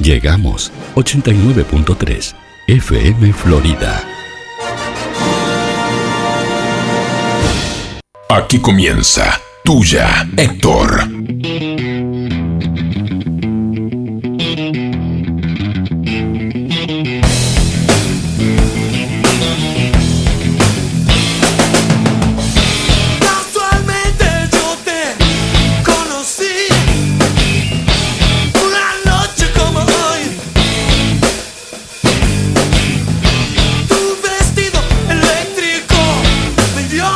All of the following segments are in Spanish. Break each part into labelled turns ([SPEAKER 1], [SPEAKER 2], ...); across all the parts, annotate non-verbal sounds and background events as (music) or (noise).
[SPEAKER 1] Llegamos 89.3 FM Florida.
[SPEAKER 2] Aquí comienza Tuya, Héctor.
[SPEAKER 3] Casualmente yo te conocí una noche como hoy. Tu vestido eléctrico me dio.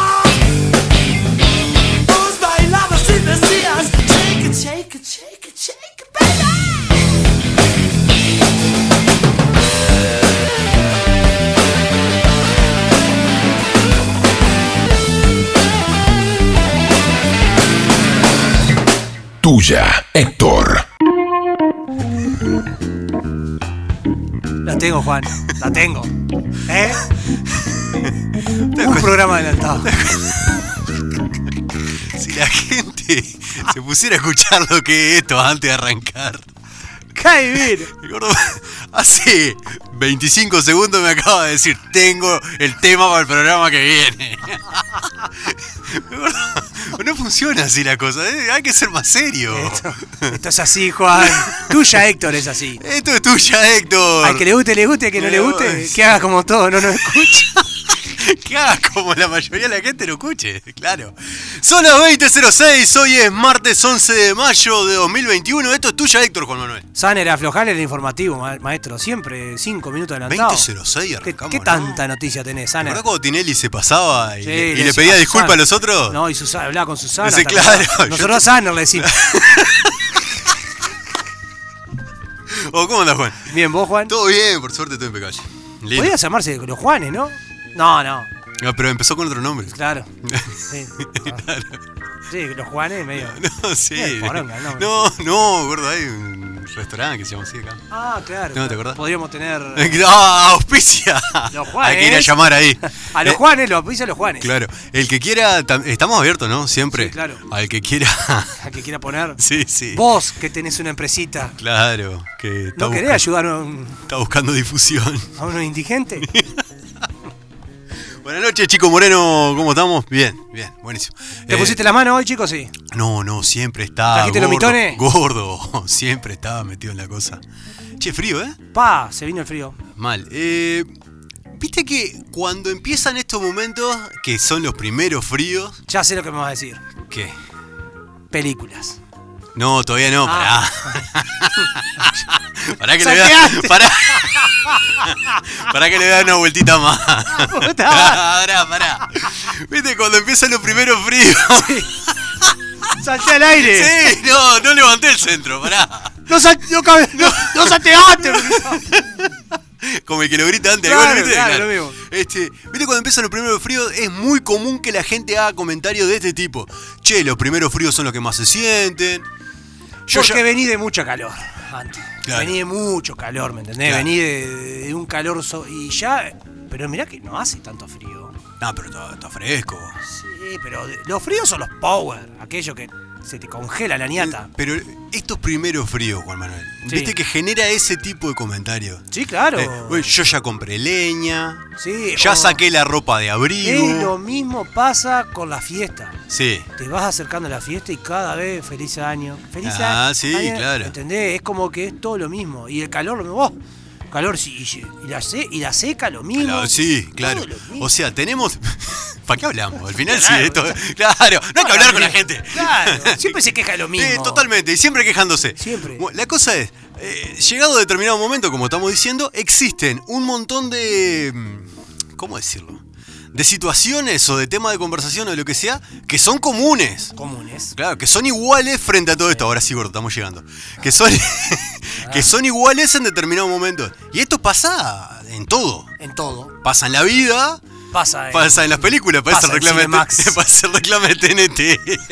[SPEAKER 3] Vos bailabas y decías shake it, shake it, shake it, shake it, baby.
[SPEAKER 2] Tuya, Héctor.
[SPEAKER 4] La tengo, Juan. La tengo. ¿Eh? Un programa adelantado.
[SPEAKER 5] Si la gente se pusiera a escuchar lo que es esto antes de arrancar.
[SPEAKER 4] ¡Qué divino!
[SPEAKER 5] El gordo (laughs) hace 25 segundos me acaba de decir, tengo el tema para el programa que viene. (laughs) El gordo, No funciona así la cosa, eh, hay que ser más serio.
[SPEAKER 4] Esto, esto es así, Juan. Tuya, Héctor, es así.
[SPEAKER 5] Esto es tuya, Héctor.
[SPEAKER 4] Al
[SPEAKER 5] (laughs)
[SPEAKER 4] que le guste, le guste, al que no le guste, que haga como todo, no nos escuche.
[SPEAKER 5] Que hagas Ah, como la mayoría de la gente lo escuche, claro. Son las 20.06, hoy es martes 11 de mayo de 2021. Esto es tuya, Héctor Juan Manuel.
[SPEAKER 4] Sanner, aflojale el informativo, ma- maestro. Siempre cinco minutos adelantado.
[SPEAKER 5] 20.06
[SPEAKER 4] ¿Qué,
[SPEAKER 5] arrancamos.
[SPEAKER 4] qué
[SPEAKER 5] ¿no?
[SPEAKER 4] tanta noticia tenés,
[SPEAKER 5] ¿Te
[SPEAKER 4] Sanner?
[SPEAKER 5] acordás cuando Tinelli se pasaba y,
[SPEAKER 4] Sí,
[SPEAKER 5] le, y le pedía
[SPEAKER 4] decía, "Susana".
[SPEAKER 5] disculpas a los otros?
[SPEAKER 4] No, y Susana, hablaba con Susana.
[SPEAKER 5] Sí,
[SPEAKER 4] hasta
[SPEAKER 5] claro,
[SPEAKER 4] que-
[SPEAKER 5] yo
[SPEAKER 4] Nosotros a Sanner
[SPEAKER 5] (laughs)
[SPEAKER 4] le decimos.
[SPEAKER 5] ¿O cómo andas, Juan?
[SPEAKER 4] Bien, vos, Juan.
[SPEAKER 5] Todo bien, por suerte, todo impecable. Lindo.
[SPEAKER 4] Podías llamarse los Juanes, ¿no? No, no,
[SPEAKER 5] Ah, pero empezó con otro nombre.
[SPEAKER 4] claro. Sí, sí los Juanes medio.
[SPEAKER 5] (laughs) no, sí.
[SPEAKER 4] Bien, poronga, el nombre.
[SPEAKER 5] No, no, gordo, hay un restaurante que se llama así
[SPEAKER 4] (laughs)
[SPEAKER 5] acá.
[SPEAKER 4] Ah, claro.
[SPEAKER 5] No, ¿te acordás? (laughs)
[SPEAKER 4] Podríamos tener.
[SPEAKER 5] ¡Ah, auspicia!
[SPEAKER 4] Los Juanes.
[SPEAKER 5] Hay que ir a llamar ahí.
[SPEAKER 4] (laughs) A los
[SPEAKER 5] Eh,
[SPEAKER 4] Juanes, lo dice a los Juanes.
[SPEAKER 5] Claro, el que quiera, tam- estamos abiertos, ¿no? Siempre.
[SPEAKER 4] Sí, claro.
[SPEAKER 5] Al que quiera. (laughs)
[SPEAKER 4] A que quiera poner.
[SPEAKER 5] sí, sí.
[SPEAKER 4] Vos que tenés una empresita.
[SPEAKER 5] Claro, que está,
[SPEAKER 4] ¿No querés
[SPEAKER 5] busca-
[SPEAKER 4] ayudar a, un-
[SPEAKER 5] está buscando difusión. (laughs)
[SPEAKER 4] a unos indigentes?
[SPEAKER 5] Buenas noches, chico Moreno, ¿cómo estamos? Bien, bien, buenísimo.
[SPEAKER 4] ¿Te
[SPEAKER 5] Eh,
[SPEAKER 4] pusiste la mano hoy, chicos? Sí.
[SPEAKER 5] No, no, siempre está.
[SPEAKER 4] ¿Trajiste los
[SPEAKER 5] gordo,
[SPEAKER 4] mitones?
[SPEAKER 5] Gordo, (laughs) siempre estaba metido en la cosa. Che, frío, ¿eh?
[SPEAKER 4] Pa, se vino el frío.
[SPEAKER 5] Mal. Eh, Viste que cuando empiezan estos momentos, que son los primeros fríos,
[SPEAKER 4] Ya sé lo que me vas a decir.
[SPEAKER 5] ¿qué? (laughs)
[SPEAKER 4] Películas.
[SPEAKER 5] No, todavía no,
[SPEAKER 4] Ah.
[SPEAKER 5] pará. (laughs) pará que le voy a.
[SPEAKER 4] Saqueaste.
[SPEAKER 5] Pará. (laughs) Pará que le voy a dar una vueltita
[SPEAKER 4] (laughs)
[SPEAKER 5] más.
[SPEAKER 4] Puta madre.
[SPEAKER 5] Pará, pará. Viste, cuando empiezan los primeros fríos. (laughs)
[SPEAKER 4] ¡Salté al aire!
[SPEAKER 5] Sí, no, no levanté el centro, pará.
[SPEAKER 4] ¡No, sal- no, cabe- no, no salteaste! (laughs)
[SPEAKER 5] Como el que lo grita antes.
[SPEAKER 4] Claro,
[SPEAKER 5] igual, ¿viste?
[SPEAKER 4] claro, lo mismo.
[SPEAKER 5] Este, Viste, cuando empiezan los primeros fríos, es muy común que la gente haga comentarios de este tipo. Che, los primeros fríos son los que más se sienten. Yo
[SPEAKER 4] Porque
[SPEAKER 5] ya-
[SPEAKER 4] vení de mucho calor antes.
[SPEAKER 5] Claro.
[SPEAKER 4] Vení de mucho calor, ¿me entendés?
[SPEAKER 5] Claro.
[SPEAKER 4] Vení de, de un calor so- y ya. Pero mirá que no hace tanto frío.
[SPEAKER 5] No, Ah, pero está, está fresco.
[SPEAKER 4] Sí, pero de- los fríos son los power, aquello que se te congela la niata.
[SPEAKER 5] Pero estos primeros fríos, Juan Manuel,
[SPEAKER 4] Sí.
[SPEAKER 5] viste que genera ese tipo de comentarios.
[SPEAKER 4] Sí, claro.
[SPEAKER 5] Eh, "Uy, yo ya compré leña,
[SPEAKER 4] Sí,
[SPEAKER 5] ya
[SPEAKER 4] o-
[SPEAKER 5] saqué la ropa de
[SPEAKER 4] Eh,
[SPEAKER 5] abrigo.
[SPEAKER 4] lo mismo pasa con la fiesta.
[SPEAKER 5] Sí,
[SPEAKER 4] Te vas acercando a la fiesta y cada vez feliz año. Feliz
[SPEAKER 5] Ah,
[SPEAKER 4] año.
[SPEAKER 5] sí,
[SPEAKER 4] año,
[SPEAKER 5] claro.
[SPEAKER 4] ¿Entendés? Es como que es todo lo mismo. Y el calor, vos. Calor, sí. Y, y la, se- y la seca, lo mismo.
[SPEAKER 5] claro, sí,
[SPEAKER 4] Todo
[SPEAKER 5] claro.
[SPEAKER 4] lo mismo.
[SPEAKER 5] O sea, tenemos. (laughs) ¿Para qué hablamos? Al final sí,
[SPEAKER 4] Claro,
[SPEAKER 5] esto. Claro, no hay que hablar con la gente.
[SPEAKER 4] Claro,
[SPEAKER 5] (laughs)
[SPEAKER 4] siempre se queja de lo mismo.
[SPEAKER 5] Eh, totalmente, y siempre quejándose.
[SPEAKER 4] Siempre.
[SPEAKER 5] Bueno, La cosa es, eh, llegado a determinado momento, como estamos diciendo, existen un montón de. mm, ¿Cómo decirlo? De situaciones o de temas de conversación o de lo que sea que son comunes.
[SPEAKER 4] Comunes.
[SPEAKER 5] Claro, que son iguales frente a todo esto. Ahora sí, gordo, estamos llegando. Que son, (laughs) que son iguales en determinados momentos. Y esto pasa en todo.
[SPEAKER 4] En todo.
[SPEAKER 5] Pasa en la vida,
[SPEAKER 4] Pasa. en-
[SPEAKER 5] pasa en las películas, pasa,
[SPEAKER 4] Pasa
[SPEAKER 5] el
[SPEAKER 4] en
[SPEAKER 5] reclame (laughs)
[SPEAKER 4] Cinemax.
[SPEAKER 5] pasa el reclame de TNT.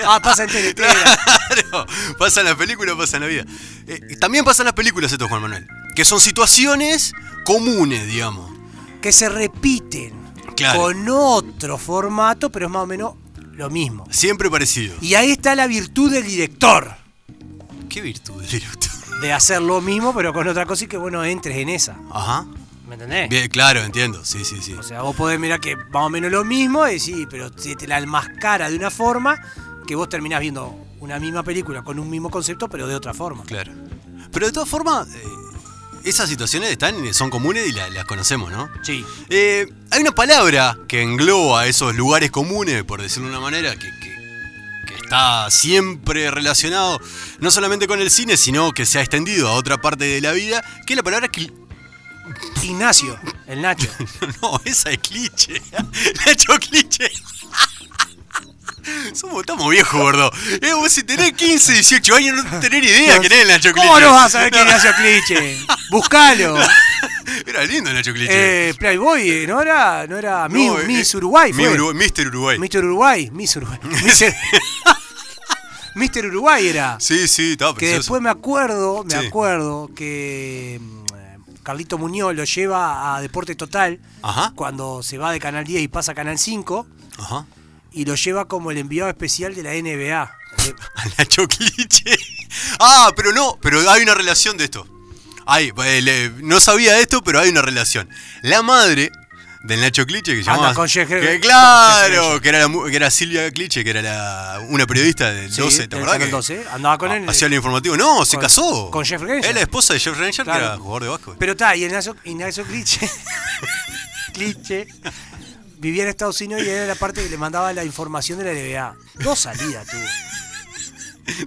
[SPEAKER 4] Ah, pasa en TNT.
[SPEAKER 5] (laughs) Claro, pasa en las películas, pasa en la vida. Eh, también pasa en las películas esto, Juan Manuel. Que son situaciones comunes, digamos.
[SPEAKER 4] que se repiten.
[SPEAKER 5] Claro.
[SPEAKER 4] Con otro formato, pero es más o menos lo mismo.
[SPEAKER 5] Siempre parecido.
[SPEAKER 4] Y ahí está la virtud del director.
[SPEAKER 5] ¿Qué virtud del eructo?
[SPEAKER 4] de hacer lo mismo, pero con otra cosa y que bueno entres en esa.
[SPEAKER 5] Ajá.
[SPEAKER 4] ¿Me entendés?
[SPEAKER 5] Bien, claro, entiendo. Sí, sí, sí.
[SPEAKER 4] O sea, vos podés mirar que más o menos lo mismo, y decir, pero te, te la enmascara de una forma que vos terminás viendo una misma película con un mismo concepto, pero de otra forma.
[SPEAKER 5] Claro. Pero de todas formas, eh, esas situaciones están, son comunes y la- las conocemos, ¿no?
[SPEAKER 4] Sí.
[SPEAKER 5] Eh, hay una palabra que engloba esos lugares comunes, por decirlo de una manera, que, que- que está siempre relacionado, no solamente con el cine, sino que se ha extendido a otra parte de la vida, que es la palabra que...
[SPEAKER 4] Ignacio, el Nacho.
[SPEAKER 5] (laughs) No, esa es cliché. (laughs) Nacho cliché. (laughs) Somos, estamos viejos, gordo. Eh, vos si tenés 15, 18 años no tenés ni idea quién es el Nacho Cliche.
[SPEAKER 4] ¿Cómo no vas a ver que Ignacio Cliche? Buscalo.
[SPEAKER 5] (laughs) Era lindo Nacho Cliche.
[SPEAKER 4] Eh, Playboy, eh, ¿no era? ¿No era? Miss,
[SPEAKER 5] No, eh,
[SPEAKER 4] Miss Uruguay,
[SPEAKER 5] Mi
[SPEAKER 4] fue.
[SPEAKER 5] Uruguay- Mr. Uruguay.
[SPEAKER 4] Mr. Uruguay,
[SPEAKER 5] (laughs)
[SPEAKER 4] Miss Uruguay. Mr. (laughs) Mr. Uruguay era.
[SPEAKER 5] Sí, sí, estaba
[SPEAKER 4] Que
[SPEAKER 5] precioso.
[SPEAKER 4] después me acuerdo, me
[SPEAKER 5] Sí.
[SPEAKER 4] acuerdo que mm, Carlito Muñoz lo lleva a Deporte Total
[SPEAKER 5] Ajá.
[SPEAKER 4] cuando se va de Canal 10 y pasa a Canal 5
[SPEAKER 5] Ajá.
[SPEAKER 4] y lo lleva como el enviado especial de la NBA.
[SPEAKER 5] A Nacho Cliche. (laughs) Ah, pero no, pero hay una relación de esto. Hay, eh, le- no sabía esto, pero hay una relación. La madre del Nacho Cliche que se
[SPEAKER 4] Anda
[SPEAKER 5] llamaba.
[SPEAKER 4] con Jeff Herbert.
[SPEAKER 5] que claro, que era, la mu- que era Silvia Cliche, que era la, una periodista del
[SPEAKER 4] Sí,
[SPEAKER 5] 12, ¿te
[SPEAKER 4] del
[SPEAKER 5] acordás?
[SPEAKER 4] Canal
[SPEAKER 5] que
[SPEAKER 4] 12, andaba con
[SPEAKER 5] ha-
[SPEAKER 4] él.
[SPEAKER 5] Hacía el informativo. No, se
[SPEAKER 4] con-
[SPEAKER 5] casó.
[SPEAKER 4] con Jeff Granger.
[SPEAKER 5] Es la esposa de Jeff Ranger,
[SPEAKER 4] Claro.
[SPEAKER 5] que era jugador de básquet. (laughs)
[SPEAKER 4] Pero está, y Ignacio, Ignacio (laughs) Cliche, Cliche vivía en Estados Unidos y era la parte que le mandaba la información de la NBA. Dos salidas tuvo.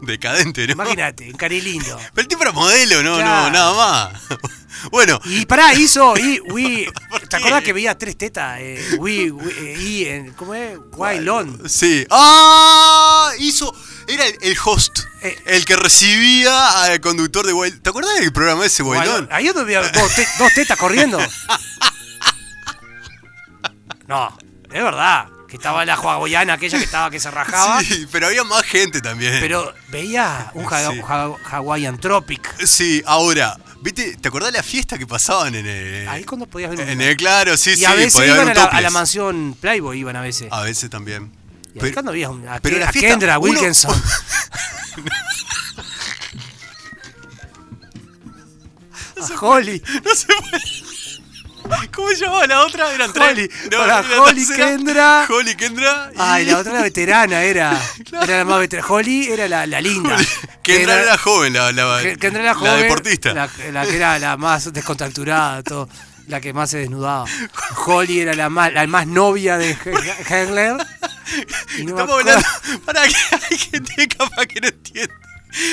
[SPEAKER 5] Decadente, ¿no?
[SPEAKER 4] Imagínate, un cari lindo.
[SPEAKER 5] Pero el tipo era modelo, no,
[SPEAKER 4] Claro.
[SPEAKER 5] no, nada más. (laughs) bueno,
[SPEAKER 4] Y pará, hizo y we,
[SPEAKER 5] ¿Por
[SPEAKER 4] ¿Te
[SPEAKER 5] qué?
[SPEAKER 4] acordás que veía tres tetas? Eh, we, we, eh, y en, ¿cómo es? Guaylón.
[SPEAKER 5] Sí. ¡Ah! Hizo. Era el, el host.
[SPEAKER 4] Eh.
[SPEAKER 5] el que recibía al conductor de Wild. ¿Te acuerdas del programa ese, Wildon?
[SPEAKER 4] Ahí es donde había dos, te- dos tetas corriendo. No, es verdad. Que estaba la hawaiana aquella que estaba que se rajaba.
[SPEAKER 5] Sí, pero había más gente también.
[SPEAKER 4] Pero veía un ha-
[SPEAKER 5] Sí.
[SPEAKER 4] ha- Hawaiian Tropic.
[SPEAKER 5] Sí, ahora. ¿Viste? ¿Te acordás la fiesta que pasaban en el.
[SPEAKER 4] Ahí cuando podías ver un-
[SPEAKER 5] Eh, En el claro, sí,
[SPEAKER 4] y
[SPEAKER 5] sí.
[SPEAKER 4] a veces
[SPEAKER 5] podía haber un
[SPEAKER 4] iban a la, a la
[SPEAKER 5] topless.
[SPEAKER 4] mansión Playboy, iban a veces.
[SPEAKER 5] A veces también.
[SPEAKER 4] y ahí
[SPEAKER 5] Pero-
[SPEAKER 4] cuando veías un- a,
[SPEAKER 5] pero
[SPEAKER 4] Ke-
[SPEAKER 5] la
[SPEAKER 4] a
[SPEAKER 5] fiesta,
[SPEAKER 4] Kendra
[SPEAKER 5] uno-
[SPEAKER 4] Wilkinson. a Holly.
[SPEAKER 5] (laughs) No se puede. ¿Cómo se llamaba la otra? Eran tres.
[SPEAKER 4] Holly.
[SPEAKER 5] No,
[SPEAKER 4] Pará,
[SPEAKER 5] era
[SPEAKER 4] Holly,
[SPEAKER 5] tercera.
[SPEAKER 4] Kendra.
[SPEAKER 5] Holly Kendra. y-
[SPEAKER 4] Ay, la otra era veterana, era. Era la más veterana. Holly era la, la linda.
[SPEAKER 5] Kendra
[SPEAKER 4] Kendra-
[SPEAKER 5] era joven, la, la,
[SPEAKER 4] Que- que Andrea era
[SPEAKER 5] la
[SPEAKER 4] joven,
[SPEAKER 5] deportista.
[SPEAKER 4] La, la que era la más descontracturada, todo, la que más se desnudaba. Holly era la más, la más novia de He- He- Hengler. Y no me
[SPEAKER 5] Estamos
[SPEAKER 4] acuerdo-
[SPEAKER 5] hablando. (laughs) Para que hay gente capaz que no entiende.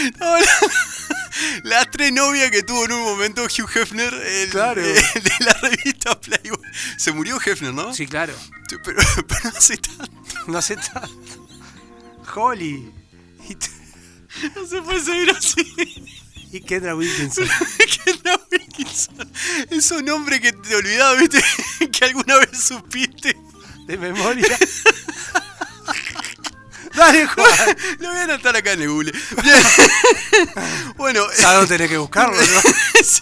[SPEAKER 5] Estamos hablando- (laughs) Las tres novias que tuvo en un momento Hugh Hefner, el,
[SPEAKER 4] Claro.
[SPEAKER 5] el de la revista Playboy. Se murió Hefner, ¿no?
[SPEAKER 4] Sí, claro.
[SPEAKER 5] Pero, pero no hace tanto.
[SPEAKER 4] No sé tanto. Holly y, t-
[SPEAKER 5] No se puede seguir así. (laughs)
[SPEAKER 4] y Kendra Wilkinson.
[SPEAKER 5] Kendra Wilkinson. Esos nombres que te olvidaba, ¿viste? (laughs) Que alguna vez supiste.
[SPEAKER 4] De memoria. (laughs) Dale, Juan.
[SPEAKER 5] Lo voy a anotar acá en el Google. (laughs) Bien. Bueno.
[SPEAKER 4] Sabes dónde tenés que buscarlo, (laughs) ¿no?
[SPEAKER 5] Sí.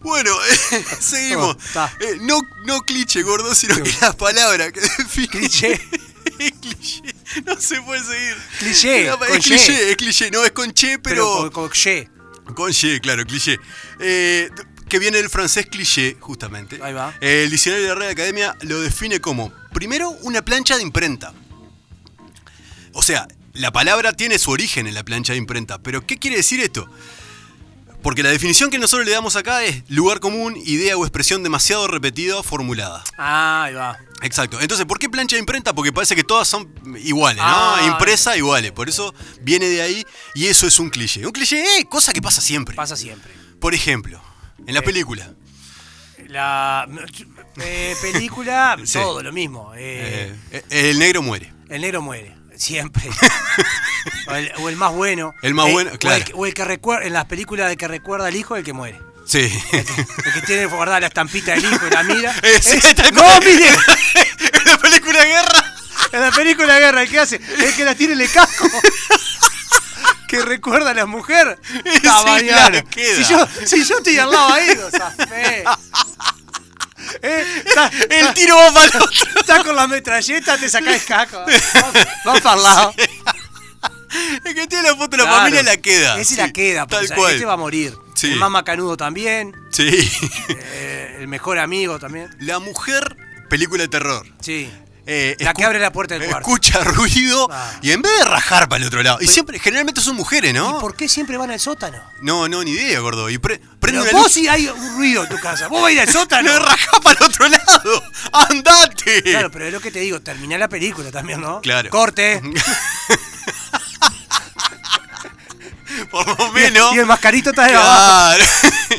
[SPEAKER 5] Bueno, (laughs) eh, seguimos.
[SPEAKER 4] (laughs) Oh, está.
[SPEAKER 5] Eh, no, no cliché, gordo, sino que las palabras que definen-
[SPEAKER 4] Cliché.
[SPEAKER 5] (laughs) es cliché. No se puede seguir.
[SPEAKER 4] Cliché,
[SPEAKER 5] No,
[SPEAKER 4] con
[SPEAKER 5] es cliché,
[SPEAKER 4] ye.
[SPEAKER 5] es cliché. No, es con che,
[SPEAKER 4] Pero
[SPEAKER 5] pero.
[SPEAKER 4] con, con Ye.
[SPEAKER 5] con... ye, claro, cliché. Eh, que viene del francés cliché, justamente.
[SPEAKER 4] Ahí va.
[SPEAKER 5] Eh, el diccionario de la Real Academia lo define como: primero, una plancha de imprenta. O sea, la palabra tiene su origen en la plancha de imprenta, pero ¿qué quiere decir esto? Porque la definición que nosotros le damos acá es lugar común, idea o expresión demasiado repetida o formulada.
[SPEAKER 4] Ah, ahí va.
[SPEAKER 5] Exacto. Entonces, ¿por qué plancha de imprenta? Porque parece que todas son iguales, ¿no?
[SPEAKER 4] Ah.
[SPEAKER 5] Impresa iguales. Por eso viene de ahí y eso es un cliché. Un cliché es cosa que pasa siempre.
[SPEAKER 4] Pasa siempre.
[SPEAKER 5] Por ejemplo, en la
[SPEAKER 4] Eh,
[SPEAKER 5] película.
[SPEAKER 4] La eh, (laughs) película,
[SPEAKER 5] Sí.
[SPEAKER 4] todo lo mismo. eh,
[SPEAKER 5] eh, el negro muere.
[SPEAKER 4] El negro muere, (laughs) siempre. o, el, o el más bueno.
[SPEAKER 5] El más
[SPEAKER 4] Eh,
[SPEAKER 5] bueno,
[SPEAKER 4] o
[SPEAKER 5] claro.
[SPEAKER 4] que- O el, que recuerda, en las películas del que recuerda al hijo, el que muere.
[SPEAKER 5] Sí.
[SPEAKER 4] El que tiene guardada la estampita del hijo y la mira. (laughs)
[SPEAKER 5] Eh, sí,
[SPEAKER 4] Ese-
[SPEAKER 5] tal
[SPEAKER 4] ¡No,
[SPEAKER 5] cual.
[SPEAKER 4] mire!
[SPEAKER 5] (laughs)
[SPEAKER 4] (laughs)
[SPEAKER 5] en la película de guerra.
[SPEAKER 4] En la película de guerra, el que hace, el que la tiene
[SPEAKER 5] (laughs)
[SPEAKER 4] le casco. Que recuerda a la mujer. Está
[SPEAKER 5] Sí, claro,
[SPEAKER 4] variado.
[SPEAKER 5] queda.
[SPEAKER 4] si, yo, si yo estoy al lado ahí,
[SPEAKER 5] (laughs)
[SPEAKER 4] no zafé. Eh, está-
[SPEAKER 5] El
[SPEAKER 4] (laughs)
[SPEAKER 5] tiro va para el otro. (laughs)
[SPEAKER 4] Estás con la metralleta, te sacás el caco. Vamos para al lado.
[SPEAKER 5] El que tiene la foto de la
[SPEAKER 4] Claro.
[SPEAKER 5] familia la queda.
[SPEAKER 4] Ese
[SPEAKER 5] Sí,
[SPEAKER 4] la queda,
[SPEAKER 5] Tal
[SPEAKER 4] porque sabe que
[SPEAKER 5] cual.
[SPEAKER 4] este va a morir.
[SPEAKER 5] Sí.
[SPEAKER 4] El más macanudo también,
[SPEAKER 5] Sí.
[SPEAKER 4] eh, el mejor amigo también.
[SPEAKER 5] La mujer, película de terror.
[SPEAKER 4] Sí.
[SPEAKER 5] Eh,
[SPEAKER 4] La que
[SPEAKER 5] escu-
[SPEAKER 4] abre la puerta del cuarto.
[SPEAKER 5] Escucha ruido
[SPEAKER 4] Ah.
[SPEAKER 5] y en vez de rajar para el otro lado. Y siempre, generalmente son mujeres, ¿no?
[SPEAKER 4] ¿Y por qué siempre van al sótano?
[SPEAKER 5] No, no, ni idea, gordo. Y pre- prende
[SPEAKER 4] Pero
[SPEAKER 5] una
[SPEAKER 4] vos
[SPEAKER 5] luz
[SPEAKER 4] si hay un ruido en tu casa, vos vas a ir
[SPEAKER 5] (laughs)
[SPEAKER 4] al sótano.
[SPEAKER 5] no rajá para el otro lado. ¡Andate!
[SPEAKER 4] Claro, pero es lo que te digo, terminá la película también, ¿no?
[SPEAKER 5] Claro. (laughs)
[SPEAKER 4] Corte.
[SPEAKER 5] Por lo menos.
[SPEAKER 4] Y el mascarito está de abajo.
[SPEAKER 5] Claro.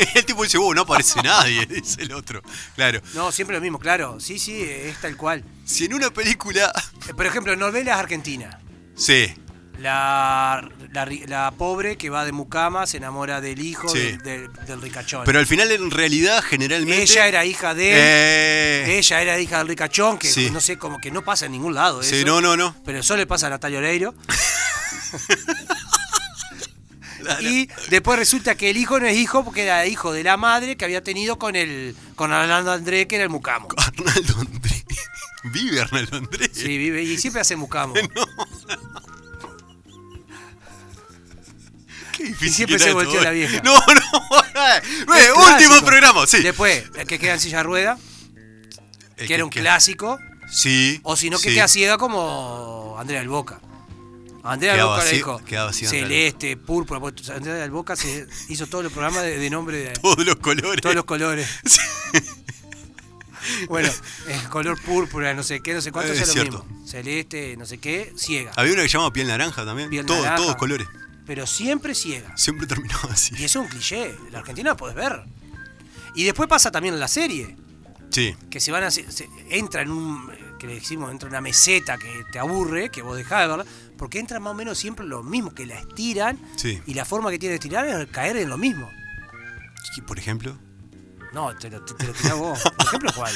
[SPEAKER 5] (laughs) El tipo dice, "Oh, no aparece nadie, (laughs) dice el otro. Claro.
[SPEAKER 4] No, siempre lo mismo, claro. Sí, sí, es tal cual.
[SPEAKER 5] Si en una película.
[SPEAKER 4] Eh, Por ejemplo, novelas argentinas.
[SPEAKER 5] Sí.
[SPEAKER 4] La, la, ri- la pobre que va de mucama se enamora del hijo
[SPEAKER 5] Sí.
[SPEAKER 4] del, del- del ricachón.
[SPEAKER 5] Pero al final, en realidad, generalmente.
[SPEAKER 4] ella era hija de él,
[SPEAKER 5] Eh,
[SPEAKER 4] ella era hija del ricachón, que
[SPEAKER 5] Sí.
[SPEAKER 4] no sé, como que no pasa en ningún lado.
[SPEAKER 5] Sí,
[SPEAKER 4] eso.
[SPEAKER 5] no, no, no.
[SPEAKER 4] Pero eso le pasa a Natalia Oreiro.
[SPEAKER 5] (laughs) Claro.
[SPEAKER 4] Y después resulta que el hijo no es hijo porque era hijo de la madre que había tenido con el con Arnaldo André, que era el mucamo.
[SPEAKER 5] Arnaldo Andrés. (laughs) Vive Arnaldo Andrés.
[SPEAKER 4] Sí, vive y siempre
[SPEAKER 5] (laughs)
[SPEAKER 4] hace mucamo.
[SPEAKER 5] Qué difícil.
[SPEAKER 4] siempre
[SPEAKER 5] que
[SPEAKER 4] se
[SPEAKER 5] era
[SPEAKER 4] volteó
[SPEAKER 5] todo.
[SPEAKER 4] la vieja.
[SPEAKER 5] No,
[SPEAKER 4] (laughs)
[SPEAKER 5] no. eh,
[SPEAKER 4] Es
[SPEAKER 5] último
[SPEAKER 4] clásico.
[SPEAKER 5] programa, sí.
[SPEAKER 4] Después, el que queda en silla de rueda,
[SPEAKER 5] El
[SPEAKER 4] que era un
[SPEAKER 5] que-
[SPEAKER 4] clásico,
[SPEAKER 5] Sí.
[SPEAKER 4] o si no, que
[SPEAKER 5] sí.
[SPEAKER 4] queda ciega como Andrea del Boca. Andrea del
[SPEAKER 5] Quedaba
[SPEAKER 4] Boca le
[SPEAKER 5] cie-
[SPEAKER 4] dijo
[SPEAKER 5] quedaba ciega Andrea del
[SPEAKER 4] celeste, púrpura. porque tú sabes, Andrea del Boca se hizo todos los programas de, de nombre de
[SPEAKER 5] (laughs) Todos los colores.
[SPEAKER 4] todos los
[SPEAKER 5] (laughs)
[SPEAKER 4] colores. Bueno, eh, color púrpura, no sé qué, no sé cuánto,
[SPEAKER 5] Eh,
[SPEAKER 4] es
[SPEAKER 5] es
[SPEAKER 4] lo
[SPEAKER 5] cierto.
[SPEAKER 4] mismo. Celeste, no sé qué, ciega.
[SPEAKER 5] Había una que llamaba piel naranja también.
[SPEAKER 4] Piel
[SPEAKER 5] Todo-
[SPEAKER 4] naranja.
[SPEAKER 5] Todos colores.
[SPEAKER 4] Pero siempre ciega.
[SPEAKER 5] Siempre terminaba
[SPEAKER 4] Y
[SPEAKER 5] así.
[SPEAKER 4] eso es un cliché. en La Argentina lo podés ver. Y después pasa también en la serie,
[SPEAKER 5] Sí.
[SPEAKER 4] que se van a. se- se- entra en un. que le decimos, entra en una meseta que te aburre, que vos dejás de verla, porque entra más o menos siempre lo mismo, que la estiran.
[SPEAKER 5] Sí.
[SPEAKER 4] Y la forma que tiene de estirar es caer en lo mismo.
[SPEAKER 5] Y, Por ejemplo.
[SPEAKER 4] No, te lo, te, te lo tirás
[SPEAKER 5] (laughs)
[SPEAKER 4] vos. Por ejemplo, Juan.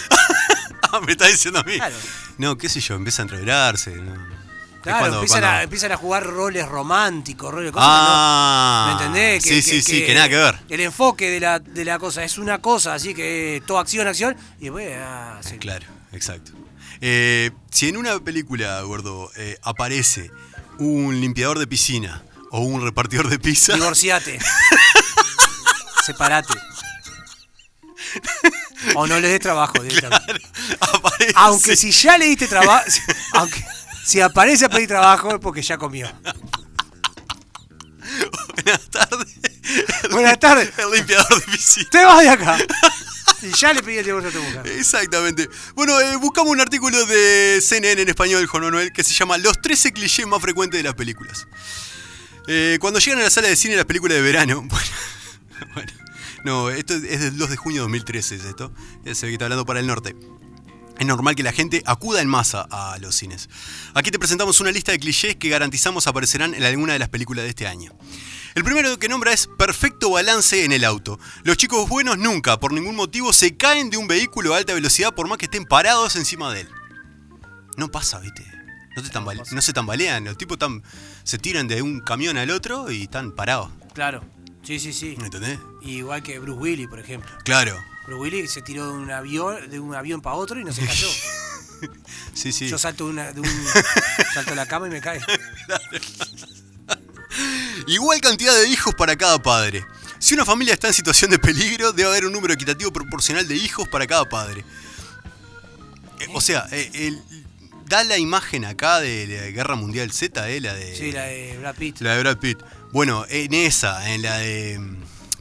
[SPEAKER 5] Ah, me está diciendo a mí.
[SPEAKER 4] Claro.
[SPEAKER 5] No, qué sé yo, empieza a entreverarse. ¿no? Es
[SPEAKER 4] Claro,
[SPEAKER 5] cuando-
[SPEAKER 4] empiezan, A,
[SPEAKER 5] cuando-
[SPEAKER 4] empiezan a jugar roles románticos, roles cosas que no-
[SPEAKER 5] Ah.
[SPEAKER 4] ¿Me entendés?
[SPEAKER 5] sí, sí, sí, que nada que ver.
[SPEAKER 4] El enfoque de la, de la cosa es una cosa, así que eh, todo acción, acción, y después. ah,
[SPEAKER 5] Claro,
[SPEAKER 4] sí.
[SPEAKER 5] (laughs) exacto. Eh, si en una película, gordo, eh, aparece un limpiador de piscina o un repartidor de pizza,
[SPEAKER 4] Divorciate. Separate. O no le des trabajo directamente.
[SPEAKER 5] (laughs) aparece.
[SPEAKER 4] Aunque si ya le diste (laughs) trabajo. aunque si aparece a pedir trabajo es porque ya comió.
[SPEAKER 5] Buenas tardes.
[SPEAKER 4] Buenas tardes.
[SPEAKER 5] El limpiador de piscina.
[SPEAKER 4] Te vas de acá. Y ya le pedí el divorcio a tu mujer.
[SPEAKER 5] Exactamente. Bueno, eh, buscamos un artículo de CNN en español, Juan Manuel, que se llama Los 13 clichés más frecuentes de las películas. Eh, cuando llegan a la sala de cine las películas de verano. (laughs) Bueno, bueno, no, esto es del 2 de junio de 2013, es esto. Eh, Se ve que está hablando para el norte. Es normal que la gente acuda en masa a los cines. Aquí te presentamos una lista de clichés que garantizamos aparecerán en alguna de las películas de este año. El primero que nombra es perfecto balance en el auto. Los chicos buenos nunca, por ningún motivo, se caen de un vehículo a alta velocidad por más que estén parados encima de él. No pasa, viste. No, te tambale- no se tambalean, los tipos tan, se tiran de un camión al otro y están parados.
[SPEAKER 4] Claro. Sí, sí, sí.
[SPEAKER 5] ¿Me entendés?
[SPEAKER 4] Igual que Bruce Willis, por ejemplo.
[SPEAKER 5] Claro.
[SPEAKER 4] Bruce Willis se tiró de un avión, de un avión para otro y no se cayó.
[SPEAKER 5] Sí, sí.
[SPEAKER 4] Yo salto de
[SPEAKER 5] (laughs)
[SPEAKER 4] una- de un salto de la cama y me cae.
[SPEAKER 5] Igual cantidad de hijos para cada padre. Si una familia está en situación de peligro, debe haber un número equitativo proporcional de hijos para cada padre. Eh, o sea, eh, el- da la imagen acá de la Guerra Mundial Z, eh, la de,
[SPEAKER 4] Sí, la de Brad Pitt.
[SPEAKER 5] la de Brad Pitt. Bueno, en esa, en la de...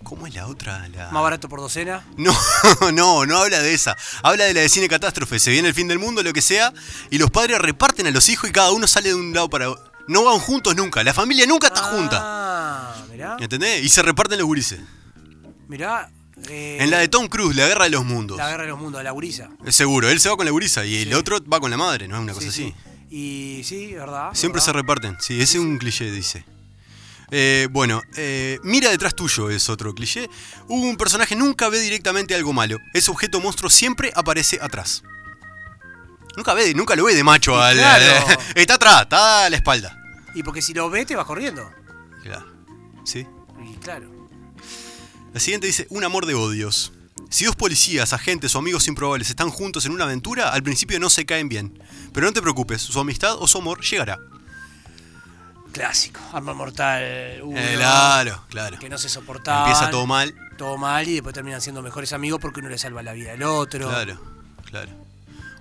[SPEAKER 5] ¿Cómo es la otra? La...
[SPEAKER 4] Más barato por docena.
[SPEAKER 5] No, (laughs) no, no habla de esa. Habla de la de cine catástrofe. Se viene el fin del mundo, lo que sea, y los padres reparten a los hijos y cada uno sale de un lado para otro. No van juntos nunca, la familia nunca está junta.
[SPEAKER 4] Ah, mirá.
[SPEAKER 5] ¿Entendés? Y se reparten los gurises.
[SPEAKER 4] Eh, Mirá. eh,
[SPEAKER 5] En la de Tom Cruise, la guerra de los mundos.
[SPEAKER 4] La guerra de los mundos, la gurisa.
[SPEAKER 5] Eh, Seguro, él se va con la gurisa y
[SPEAKER 4] Sí.
[SPEAKER 5] el otro va con la madre, ¿no? Es una cosa así.
[SPEAKER 4] Y sí, ¿verdad?
[SPEAKER 5] Siempre se
[SPEAKER 4] ¿verdad?
[SPEAKER 5] reparten, sí, ese es un cliché, dice. Eh, bueno, eh, mira detrás tuyo es otro cliché. Un personaje nunca ve directamente algo malo. Ese objeto monstruo siempre aparece atrás. Nunca ve, nunca lo ve de macho. al-
[SPEAKER 4] claro.
[SPEAKER 5] (laughs) está atrás, está a la espalda.
[SPEAKER 4] Y porque si lo ves te vas corriendo.
[SPEAKER 5] Claro. Sí.
[SPEAKER 4] Y claro.
[SPEAKER 5] La siguiente dice, un amor de odios. Si dos policías, agentes o amigos improbables están juntos en una aventura, al principio no se caen bien. Pero no te preocupes, su amistad o su amor llegará.
[SPEAKER 4] clásico. Arma Mortal uno,
[SPEAKER 5] Eh, claro, claro.
[SPEAKER 4] que no se soportaba.
[SPEAKER 5] Empieza todo mal.
[SPEAKER 4] Todo mal y después terminan siendo mejores amigos porque uno le salva la vida al otro.
[SPEAKER 5] Claro, claro.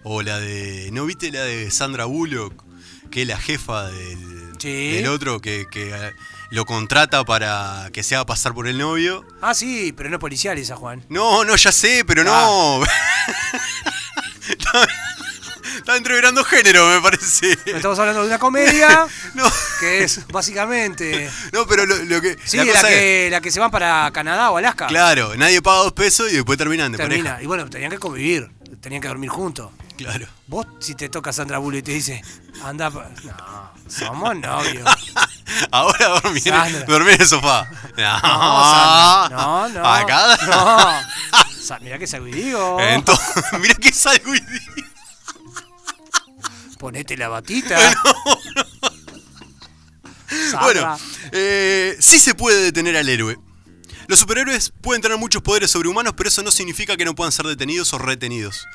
[SPEAKER 5] O la de. ¿No viste la de Sandra Bullock? Que es la jefa del,
[SPEAKER 4] Sí.
[SPEAKER 5] del otro que, que, eh, lo contrata para que se haga pasar por el novio.
[SPEAKER 4] Ah, sí, pero no es policial esa, Juan.
[SPEAKER 5] No, no, ya sé, pero no.
[SPEAKER 4] Ah.
[SPEAKER 5] (laughs) Está- Está entreverando género, me parece.
[SPEAKER 4] Pero Estamos hablando de
[SPEAKER 5] (laughs)
[SPEAKER 4] una comedia
[SPEAKER 5] No,
[SPEAKER 4] que es básicamente.
[SPEAKER 5] no pero lo, lo que.
[SPEAKER 4] Sí,
[SPEAKER 5] la
[SPEAKER 4] la,
[SPEAKER 5] cosa es-
[SPEAKER 4] que, la que se van para Canadá o Alaska.
[SPEAKER 5] Claro, nadie paga dos pesos y después terminan de
[SPEAKER 4] Termina.
[SPEAKER 5] pareja.
[SPEAKER 4] Y bueno, tenían que convivir, tenían que dormir juntos.
[SPEAKER 5] Claro. (laughs)
[SPEAKER 4] Vos, si te toca Sandra Bullock y te dice, anda. pa- No, somos novios.
[SPEAKER 5] (laughs) Ahora dormí,
[SPEAKER 4] Sandra.
[SPEAKER 5] dormí en el sofá. No,
[SPEAKER 4] (laughs) No, Sandra, no, no.
[SPEAKER 5] Ah. Acá.
[SPEAKER 4] No. Sa- Mirá que salgo y digo.
[SPEAKER 5] (laughs) Entonces, mira que salgo y digo,
[SPEAKER 4] Ponete
[SPEAKER 5] (laughs)
[SPEAKER 4] la batita. Sandra.
[SPEAKER 5] Bueno, eh, sí se puede detener al héroe. Los superhéroes pueden tener muchos poderes sobrehumanos, pero eso no significa que no puedan ser detenidos o retenidos.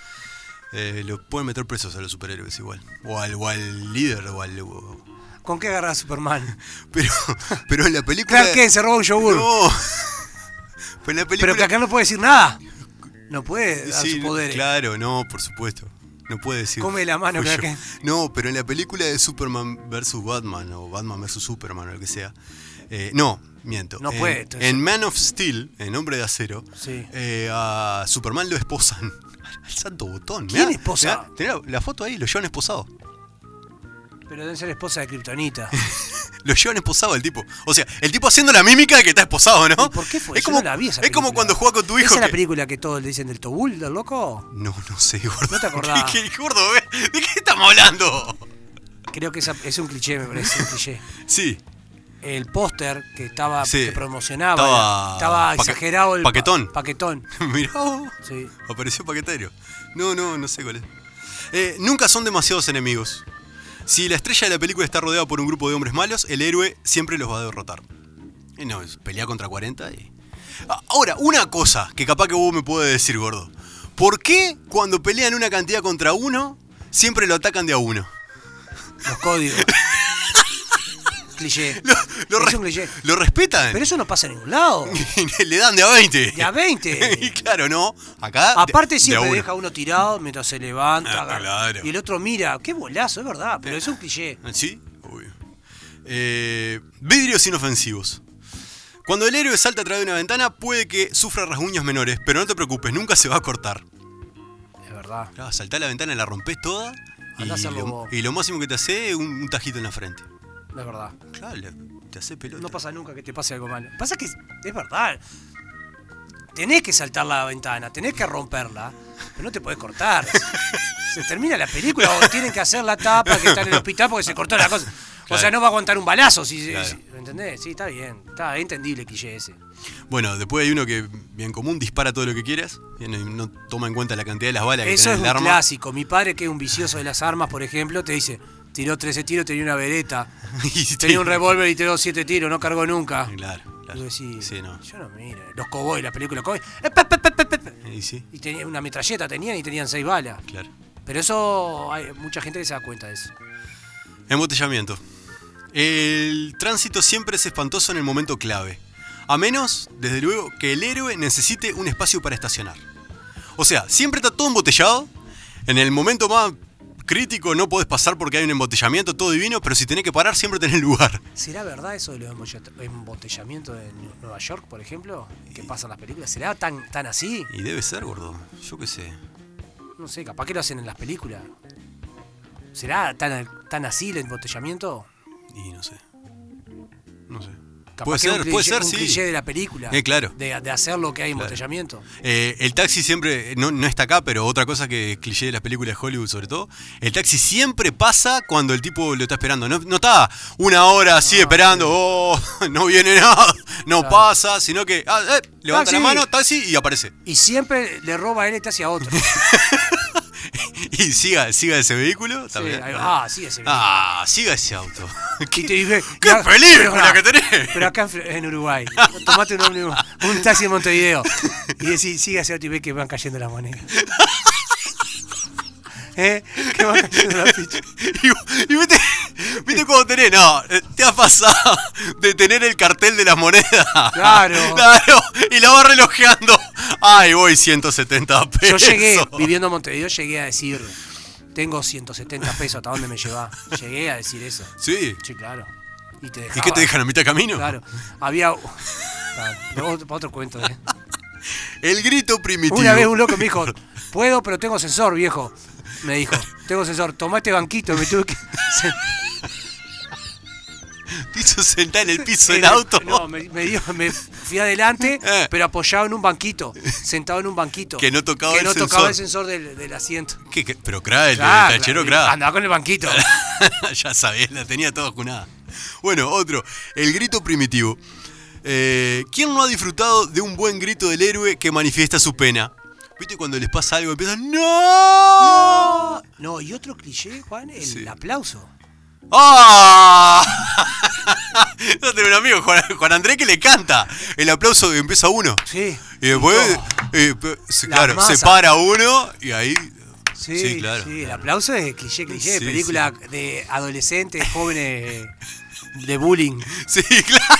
[SPEAKER 5] Eh, lo pueden meter presos a los superhéroes igual. O al, o al líder o al... o-
[SPEAKER 4] ¿Con qué agarra Superman?
[SPEAKER 5] Pero, (laughs) pero en la película...
[SPEAKER 4] Clark Kent se roba un yogur.
[SPEAKER 5] Eh. No. (laughs) Pero en la película...
[SPEAKER 4] Pero que acá no puede decir nada. No puede dar
[SPEAKER 5] Sí,
[SPEAKER 4] sus poderes.
[SPEAKER 5] Claro, no, por supuesto. No puede decir.
[SPEAKER 4] ¿eh? Come la mano,
[SPEAKER 5] fui yo.
[SPEAKER 4] crack.
[SPEAKER 5] No, pero en la película de Superman vs. Batman o Batman vs. Superman o lo que sea. eh, no, miento.
[SPEAKER 4] No
[SPEAKER 5] en,
[SPEAKER 4] puede, entonces.
[SPEAKER 5] En Man of Steel, en Hombre de Acero,
[SPEAKER 4] Sí.
[SPEAKER 5] eh, a Superman lo esposan. (laughs) Al santo botón.
[SPEAKER 4] ¿Quién
[SPEAKER 5] mirá,
[SPEAKER 4] esposa?
[SPEAKER 5] mirá, tenés la, la foto ahí, lo llevan esposado.
[SPEAKER 4] Pero deben ser esposa de Kryptonita.
[SPEAKER 5] Lo llevan esposado el tipo. O sea, el tipo haciendo la mímica de que está esposado, (laughs) ¿no?
[SPEAKER 4] ¿Y ¿Por qué fue?
[SPEAKER 5] Es
[SPEAKER 4] Yo
[SPEAKER 5] como,
[SPEAKER 4] no la vi esa
[SPEAKER 5] es como
[SPEAKER 4] película.
[SPEAKER 5] cuando juega con tu hijo.
[SPEAKER 4] ¿Esa es la
[SPEAKER 5] que-
[SPEAKER 4] película que todos le dicen del Tobul, del loco?
[SPEAKER 5] No, no sé, (laughs) gordo.
[SPEAKER 4] ¿No te acordás?
[SPEAKER 5] ¿Qué- qué- gordo, eh? ¿De qué estamos hablando?
[SPEAKER 4] Creo que esa- es un cliché, me parece, un cliché.
[SPEAKER 5] Sí. (laughs)
[SPEAKER 4] El póster que estaba
[SPEAKER 5] Sí.
[SPEAKER 4] que promocionaba
[SPEAKER 5] Estaba-
[SPEAKER 4] era- estaba
[SPEAKER 5] paque-
[SPEAKER 4] exagerado el pa-
[SPEAKER 5] paquetón.
[SPEAKER 4] paquetón.
[SPEAKER 5] Mirá, vos,
[SPEAKER 4] Sí.
[SPEAKER 5] apareció paquetario. No, no, no sé cuál es. Eh, nunca son demasiados enemigos. Si la estrella de la película está rodeada por un grupo de hombres malos, el héroe siempre los va a derrotar. Y no, es pelea contra 40 y... A- Ahora, una cosa que capaz que vos me puedes decir, gordo. ¿Por qué cuando pelean una cantidad contra uno, siempre lo atacan de a uno?
[SPEAKER 4] Los códigos.
[SPEAKER 5] (laughs)
[SPEAKER 4] cliché.
[SPEAKER 5] Lo, lo
[SPEAKER 4] es
[SPEAKER 5] re-
[SPEAKER 4] un cliché.
[SPEAKER 5] lo respetan.
[SPEAKER 4] Pero eso no pasa en ningún
[SPEAKER 5] (laughs)
[SPEAKER 4] lado.
[SPEAKER 5] Le dan de a 20.
[SPEAKER 4] De a 20.
[SPEAKER 5] (laughs) y claro, no. Acá. (laughs) de-
[SPEAKER 4] Aparte
[SPEAKER 5] de
[SPEAKER 4] siempre
[SPEAKER 5] a uno.
[SPEAKER 4] deja uno tirado mientras se levanta.
[SPEAKER 5] Ah,
[SPEAKER 4] agarra-
[SPEAKER 5] claro.
[SPEAKER 4] Y el otro mira, qué bolazo, es verdad, pero es un cliché.
[SPEAKER 5] Ah, Sí, obvio. Eh, vidrios inofensivos. Cuando el héroe salta a través de una ventana, puede que sufra rasguños menores, pero no te preocupes, nunca se va a cortar.
[SPEAKER 4] Es verdad.
[SPEAKER 5] Claro, saltá a la ventana, la rompes toda y
[SPEAKER 4] Andá a hacerlo
[SPEAKER 5] lo,
[SPEAKER 4] vos.
[SPEAKER 5] y lo máximo que te hace es un, un tajito en la frente.
[SPEAKER 4] Es verdad.
[SPEAKER 5] Claro, le- te hace pelota.
[SPEAKER 4] No pasa nunca que te pase algo malo. Pasa que es es verdad. Tenés que saltar la ventana, tenés que romperla, pero no te
[SPEAKER 5] (laughs)
[SPEAKER 4] podés cortar. Se termina la película o tienen que hacer la tapa que está en el hospital porque se cortó la cosa. O
[SPEAKER 5] Claro.
[SPEAKER 4] sea, no va a aguantar un balazo. Si,
[SPEAKER 5] Claro.
[SPEAKER 4] si- ¿Entendés? Sí, está bien. Está entendible, Quille ese.
[SPEAKER 5] Bueno, después hay uno que, bien común, dispara todo lo que quieras. y No, no toma en cuenta la cantidad de las balas que
[SPEAKER 4] Eso
[SPEAKER 5] tenés en
[SPEAKER 4] es un
[SPEAKER 5] el arma.
[SPEAKER 4] clásico. Mi padre, que es un vicioso de las armas, por ejemplo, te dice: tiró 13 tiros, tenía una
[SPEAKER 5] (laughs)
[SPEAKER 4] vereta.
[SPEAKER 5] (laughs) Y te-
[SPEAKER 4] Tenía un revólver y tiró 7 tiros, no cargó nunca.
[SPEAKER 5] Claro,
[SPEAKER 4] Y
[SPEAKER 5] claro.
[SPEAKER 4] vos decís,
[SPEAKER 5] Sí, no.
[SPEAKER 4] Yo no miro. eh, Los cowboys, la película cowboy. eh, pe, pe, pe, pe, pe, pe.
[SPEAKER 5] Y sí,
[SPEAKER 4] Y tenía una metralleta tenían y tenían seis balas.
[SPEAKER 5] claro.
[SPEAKER 4] Pero eso hay mucha gente que se da cuenta de eso.
[SPEAKER 5] Embotellamiento. El tránsito siempre es espantoso en el momento clave. A menos, desde luego, que el héroe necesite un espacio para estacionar. O sea, siempre está todo embotellado. En el momento más crítico no podés pasar porque hay un embotellamiento, todo divino, pero si tenés que parar siempre tenés lugar.
[SPEAKER 4] ¿Será verdad eso de los embotella- embotellamientos de Nu- Nueva York, por ejemplo? Que pasan las películas. ¿Será tan, tan así?
[SPEAKER 5] Y debe ser, gordo. Yo qué sé.
[SPEAKER 4] No sé, capaz que lo hacen en las películas. ¿Será tan, tan así el embotellamiento?
[SPEAKER 5] Y no sé. No sé.
[SPEAKER 4] Capaz
[SPEAKER 5] Puede
[SPEAKER 4] que era
[SPEAKER 5] ser,
[SPEAKER 4] un
[SPEAKER 5] puede
[SPEAKER 4] cliché-
[SPEAKER 5] ser,
[SPEAKER 4] un
[SPEAKER 5] sí.
[SPEAKER 4] cliché de la película.
[SPEAKER 5] Eh, claro.
[SPEAKER 4] De, de hacer lo que hay embotellamiento.
[SPEAKER 5] Eh, el taxi siempre, no, no está acá, pero otra cosa que es cliché de las películas de Hollywood sobre todo, el taxi siempre pasa cuando el tipo lo está esperando. No, no está una hora así
[SPEAKER 4] Ah,
[SPEAKER 5] esperando, oh, (laughs) no viene nada, no pasa, sino que ah, eh, levanta
[SPEAKER 4] Taxi.
[SPEAKER 5] la mano, taxi y aparece. (laughs)
[SPEAKER 4] Y siempre le roba a él y te hace a otro.
[SPEAKER 5] Y siga, siga ese vehículo. está
[SPEAKER 4] Sí,
[SPEAKER 5] bien.
[SPEAKER 4] ahí va. Ah, sí, ese video.
[SPEAKER 5] Ah, siga ese auto. (laughs)
[SPEAKER 4] Y te dije,
[SPEAKER 5] qué
[SPEAKER 4] ya-
[SPEAKER 5] película
[SPEAKER 4] pero,
[SPEAKER 5] que tenés.
[SPEAKER 4] Pero acá en, Fl- en
[SPEAKER 5] (laughs)
[SPEAKER 4] Uruguay, tomate un ómnibus, un taxi en Montevideo y decís, sigue hacia otro y ve que van cayendo las
[SPEAKER 5] (laughs)
[SPEAKER 4] monedas. ¿Eh? Que van cayendo las fichas.
[SPEAKER 5] y, y vete, ¿Viste cómo tenés? No, eh, te ha pasado de tener el cartel de la moneda.
[SPEAKER 4] Claro.
[SPEAKER 5] Claro, y la va relojeando. Ay, voy 170
[SPEAKER 4] Yo
[SPEAKER 5] pesos.
[SPEAKER 4] llegué, viviendo en Montevideo, llegué a decir, tengo 170 pesos, ¿hasta dónde me lleva? Llegué a decir eso.
[SPEAKER 5] Sí.
[SPEAKER 4] Sí, claro. Y, te
[SPEAKER 5] ¿Y qué
[SPEAKER 4] dejaban.
[SPEAKER 5] te dejan a mitad de (laughs) camino?
[SPEAKER 4] Claro. Había... Claro, luego otro- para otro cuento, ¿eh?
[SPEAKER 5] El grito primitivo.
[SPEAKER 4] Una vez un loco me dijo, puedo, pero tengo sensor, viejo. Me dijo, tengo sensor, tomá este banquito, me tuve que... (laughs)
[SPEAKER 5] Te hizo sentar en el piso del
[SPEAKER 4] Era-
[SPEAKER 5] auto.
[SPEAKER 4] Eh, No, me, me dio- me fui adelante,
[SPEAKER 5] (laughs) Eh.
[SPEAKER 4] pero apoyado en un banquito, sentado en un banquito.
[SPEAKER 5] Que no tocaba
[SPEAKER 4] que
[SPEAKER 5] el
[SPEAKER 4] no tocaba
[SPEAKER 5] sensor.
[SPEAKER 4] el sensor del, del asiento.
[SPEAKER 5] ¿Qué- qué? Pero Cra, el,
[SPEAKER 4] Claro,
[SPEAKER 5] el tachero
[SPEAKER 4] claro,
[SPEAKER 5] Cra.
[SPEAKER 4] Andaba con
[SPEAKER 5] (laughs)
[SPEAKER 4] el banquito.
[SPEAKER 5] ya sabés, la tenía toda junada. Bueno, otro. El grito primitivo. Eh, ¿Quién no ha disfrutado de un buen grito del héroe que manifiesta su pena? ¿Viste cuando les pasa algo? Empiezan. ¡No!
[SPEAKER 4] No, y otro cliché, Juan, el
[SPEAKER 5] Sí.
[SPEAKER 4] aplauso.
[SPEAKER 5] ¡Ah! (laughs) Yo tengo un amigo, Juan, Juan Andrés, que le canta. El aplauso empieza uno.
[SPEAKER 4] Sí.
[SPEAKER 5] Y después,
[SPEAKER 4] No,
[SPEAKER 5] eh, pe- se-
[SPEAKER 4] La
[SPEAKER 5] claro, se
[SPEAKER 4] masa.
[SPEAKER 5] para uno y ahí. (laughs)
[SPEAKER 4] sí,
[SPEAKER 5] sí, claro.
[SPEAKER 4] sí, el aplauso es cliché, cliché,
[SPEAKER 5] Sí,
[SPEAKER 4] película de adolescentes, jóvenes, eh, de bullying
[SPEAKER 5] Sí, claro,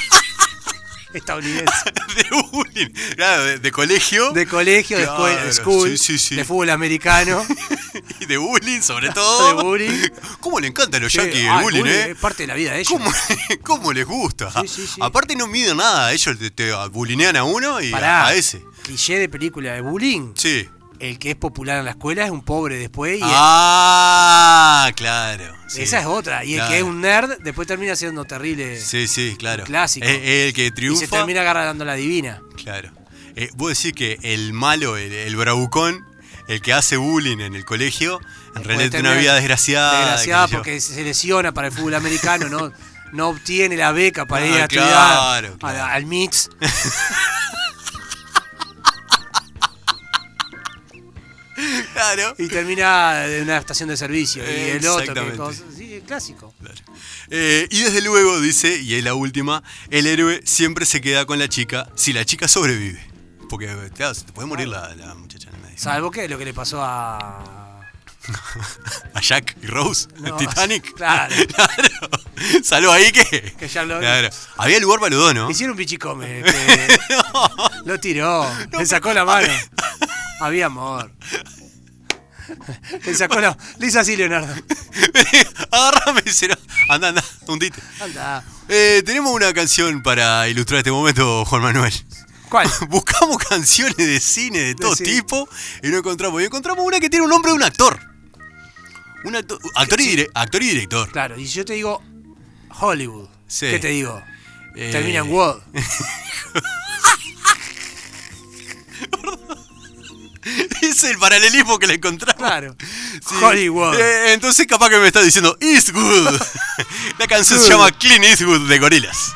[SPEAKER 4] estadounidense.
[SPEAKER 5] de bullying. Claro, de, de colegio.
[SPEAKER 4] De colegio, de escuela,
[SPEAKER 5] Claro,
[SPEAKER 4] de school,
[SPEAKER 5] sí, sí, sí.
[SPEAKER 4] de
[SPEAKER 5] (laughs)
[SPEAKER 4] fútbol americano.
[SPEAKER 5] Y de bullying, sobre todo.
[SPEAKER 4] (laughs) De bullying.
[SPEAKER 5] ¿Cómo le encanta a los yankees
[SPEAKER 4] Sí,
[SPEAKER 5] el
[SPEAKER 4] ah,
[SPEAKER 5] bullying, eh?
[SPEAKER 4] Es parte de la vida de ellos.
[SPEAKER 5] ¿Cómo, cómo les gusta?
[SPEAKER 4] Sí, sí, sí.
[SPEAKER 5] Aparte, no miden nada. Ellos te, te bulinean a uno y a-
[SPEAKER 4] Pará.
[SPEAKER 5] a ese.
[SPEAKER 4] Cliché de película de bullying.
[SPEAKER 5] Sí.
[SPEAKER 4] El que es popular en la escuela es un pobre después y
[SPEAKER 5] Ah, claro. sí.
[SPEAKER 4] esa es otra. Y el
[SPEAKER 5] Claro.
[SPEAKER 4] que es un nerd después termina siendo terrible.
[SPEAKER 5] Sí, sí, claro.
[SPEAKER 4] Un clásico.
[SPEAKER 5] Es, es el que
[SPEAKER 4] y
[SPEAKER 5] triunfa.
[SPEAKER 4] se termina agarrando la divina.
[SPEAKER 5] Claro. Eh, vos decís que el malo, el, el bravucón, el que hace bullying en el colegio, en realidad tiene una
[SPEAKER 4] terminar
[SPEAKER 5] vida desgraciada.
[SPEAKER 4] Desgraciada
[SPEAKER 5] qué sé yo.
[SPEAKER 4] porque se lesiona para el fútbol americano, no, no obtiene la beca para
[SPEAKER 5] Ah,
[SPEAKER 4] ir
[SPEAKER 5] claro,
[SPEAKER 4] a
[SPEAKER 5] claro.
[SPEAKER 4] estudiar a la- al MITS.
[SPEAKER 5] Claro.
[SPEAKER 4] y termina en una estación de servicio. Y el otro, que
[SPEAKER 5] Exactamente.
[SPEAKER 4] cosa- sí, el clásico.
[SPEAKER 5] Claro. Eh, y desde luego, dice, y es la última, el héroe siempre se queda con la chica si la chica sobrevive. Porque, claro, se te puede morir la, la muchacha en el medio.
[SPEAKER 4] Salvo que lo que le pasó a.
[SPEAKER 5] A Jack y Rose,
[SPEAKER 4] No,
[SPEAKER 5] en (laughs) Titanic.
[SPEAKER 4] (laughs) claro.
[SPEAKER 5] Claro. Salvo ahí que.
[SPEAKER 4] Que ya lo-
[SPEAKER 5] Claro. Había lugar para los dos, ¿no?
[SPEAKER 4] Hicieron un bichicome. que Lo tiró. le sacó la mano. Había amor. (laughs) Le sacó la. Le hizo así, Leonardo.
[SPEAKER 5] (laughs) Agárrame, será. Anda, anda, hundite.
[SPEAKER 4] Anda.
[SPEAKER 5] Eh, tenemos una canción para ilustrar este momento, Juan Manuel.
[SPEAKER 4] ¿Cuál?
[SPEAKER 5] (laughs) Buscamos canciones de cine de todo
[SPEAKER 4] cine.
[SPEAKER 5] tipo y no encontramos. Y encontramos una que tiene un nombre de un actor. Un acto- actor, y dire- actor y director. (laughs)
[SPEAKER 4] Claro, y si yo te digo Hollywood,
[SPEAKER 5] Sí.
[SPEAKER 4] ¿qué te digo?
[SPEAKER 5] Eh.
[SPEAKER 4] Termina en World.
[SPEAKER 5] Es el paralelismo que le encontramos.
[SPEAKER 4] Claro.
[SPEAKER 5] (laughs) Sí.
[SPEAKER 4] Hollywood.
[SPEAKER 5] Eh, entonces capaz que me está diciendo Eastwood. (laughs) La canción se
[SPEAKER 4] Good.
[SPEAKER 5] llama Clean Eastwood de Gorilas.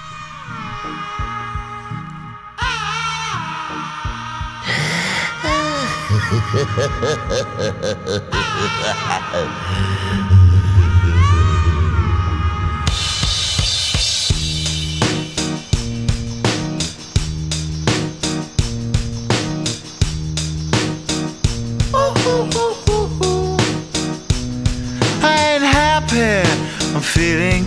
[SPEAKER 6] I ain't happy. I'm feeling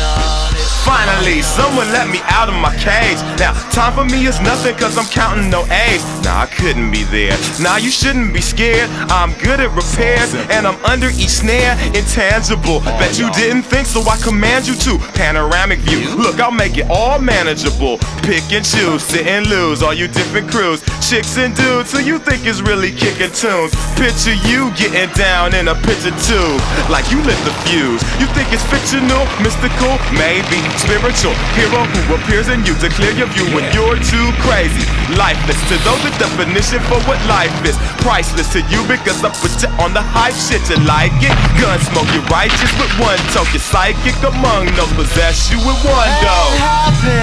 [SPEAKER 6] on. It's
[SPEAKER 7] Finally, someone let me out of my cage. Now, time for me is nothing cause I'm counting no A's. Nah, I couldn't be there. Nah, you shouldn't be scared. I'm good at repairs and I'm under each snare. Intangible. Bet you didn't think, so I command you to. Panoramic view. Look, I'll make it all manageable. Pick and choose, sit and lose. All you different crews, chicks and dudes who you think is really kicking tunes. Picture you getting down in a picture tube. Like you lit the fuse. You think it's fictional, mystical? Maybe. Spiritual hero who appears in you to clear your view when you're too crazy. Lifeless to those the definition for what life is. Priceless to you because I put you on the hype shit you like it. Gun smoke, you're righteous with one toke. You're psychic among no possess you with one
[SPEAKER 6] I'm
[SPEAKER 7] dough.
[SPEAKER 6] happy.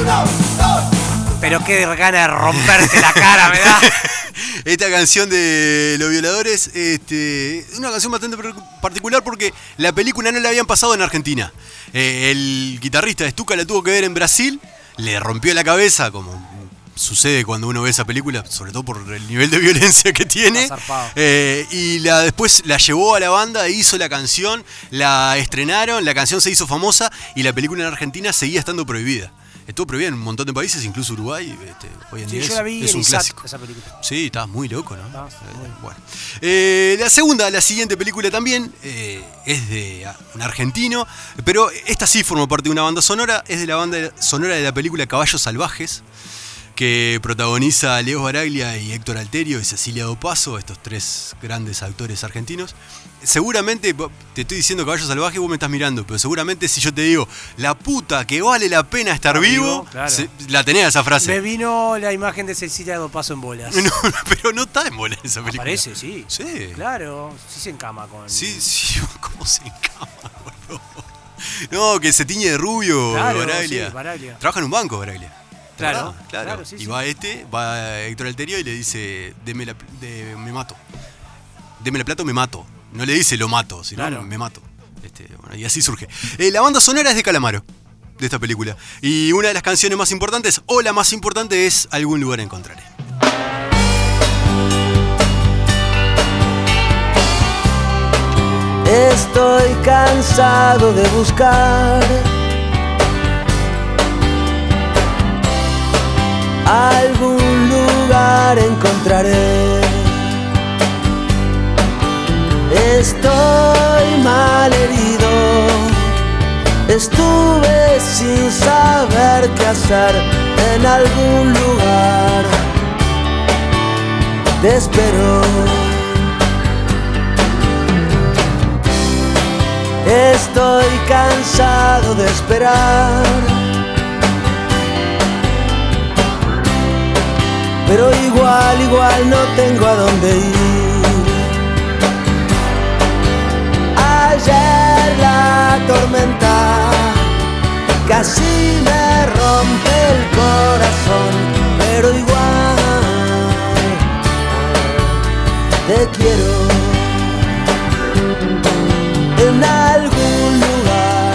[SPEAKER 3] Uno, dos,
[SPEAKER 4] Pero qué gana de romperte la cara, me
[SPEAKER 5] (laughs)
[SPEAKER 4] da.
[SPEAKER 5] Esta canción de Los Violadores este, es una canción bastante par- particular porque la película no la habían pasado en Argentina. Eh, el guitarrista Stuka la tuvo que ver en Brasil, le rompió la cabeza, como sucede cuando uno ve esa película, sobre todo por el nivel de violencia que tiene.
[SPEAKER 4] Está zarpado.
[SPEAKER 5] Eh, y la, después la llevó a la banda, e hizo la canción, la estrenaron, la canción se hizo famosa y la película en Argentina seguía estando prohibida. Estuvo prohibida en un montón de países, incluso Uruguay. este, hoy en
[SPEAKER 4] Sí,
[SPEAKER 5] día
[SPEAKER 4] yo
[SPEAKER 5] es-
[SPEAKER 4] la vi
[SPEAKER 5] es
[SPEAKER 4] en
[SPEAKER 5] un
[SPEAKER 4] Isaac,
[SPEAKER 5] clásico.
[SPEAKER 4] esa película.
[SPEAKER 5] Sí, estás muy loco, ¿no?
[SPEAKER 4] Estabas
[SPEAKER 5] Eh,
[SPEAKER 4] muy-
[SPEAKER 5] Bueno. Eh, la segunda, la siguiente película también, eh, es de ah, un argentino, pero esta sí forma parte de una banda sonora, es de la banda sonora de la película Caballos Salvajes, que protagoniza a Leo Baraglia y Héctor Alterio y Cecilia Dopaso, estos tres grandes actores argentinos. Seguramente, bo- te estoy diciendo Caballos Salvajes, vos me estás mirando, pero seguramente si yo te digo, la puta que vale la pena estar
[SPEAKER 4] vivo,
[SPEAKER 5] vivo,
[SPEAKER 4] claro.
[SPEAKER 5] se- la tenés esa frase.
[SPEAKER 4] Me vino la imagen de Cecilia Dopaso en
[SPEAKER 5] (laughs)
[SPEAKER 4] bolas.
[SPEAKER 5] No, pero no está en bola esa película.
[SPEAKER 4] Parece, sí.
[SPEAKER 5] Sí.
[SPEAKER 4] Claro, sí se encama con.
[SPEAKER 5] Sí, sí, (laughs) ¿cómo se encama, boludo? No, que se tiñe de rubio,
[SPEAKER 4] Claro,
[SPEAKER 5] Baraglia.
[SPEAKER 4] sí, Baraglia.
[SPEAKER 5] Trabaja en un banco, Baraglia. ¿te
[SPEAKER 4] Claro,
[SPEAKER 5] acordás? Ah, claro.
[SPEAKER 4] claro, sí,
[SPEAKER 5] y
[SPEAKER 4] sí.
[SPEAKER 5] va este, va Héctor Alterio y le dice, deme la, pl- de- me mato. Deme la plata o me mato. No le dice lo mato, sino
[SPEAKER 4] Claro.
[SPEAKER 5] me mato. Este, bueno, y así surge. Eh, la banda sonora es de Calamaro, de esta película. Y una de las canciones más importantes, o la más importante, es Algún lugar encontraré.
[SPEAKER 8] Estoy cansado de buscar Algún lugar encontraré Estoy mal herido Estuve sin saber qué hacer En algún lugar Te espero Estoy cansado de esperar. Pero igual, igual no tengo a dónde ir. Ayer la tormenta casi me rompe el corazón, pero igual te quiero en algún lugar.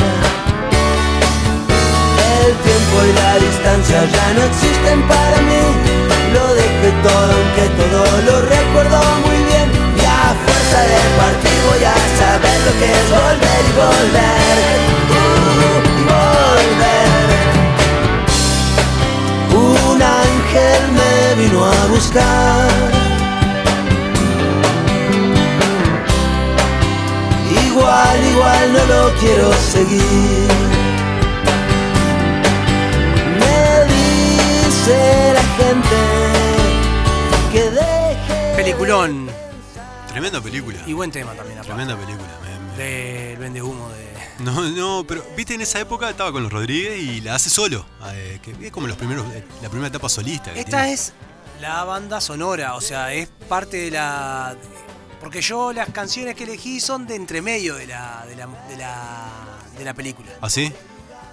[SPEAKER 8] El tiempo y la distancia ya no existen para mí. Lo dejé todo, aunque todo lo recuerdo muy bien. Y a fuerza de partir voy a saber lo que es volver y volver. Uh, y volver. Un ángel me vino a buscar. Igual, igual no lo quiero seguir. Me dice la gente que deje.
[SPEAKER 4] Peliculón.
[SPEAKER 5] Tremenda película.
[SPEAKER 4] Y buen tema también, aparte.
[SPEAKER 5] Tremenda película. me- me-
[SPEAKER 4] Del vende humo de.
[SPEAKER 5] No, no, pero viste, en esa época estaba con los Rodríguez y la hace solo. eh, que es como los primeros, eh, la primera etapa solista. que
[SPEAKER 4] Esta
[SPEAKER 5] tiene.
[SPEAKER 4] es la banda sonora, o sea, es parte de la. Porque yo las canciones que elegí son de entremedio de la, de la, de la, de la película.
[SPEAKER 5] ¿Ah, sí?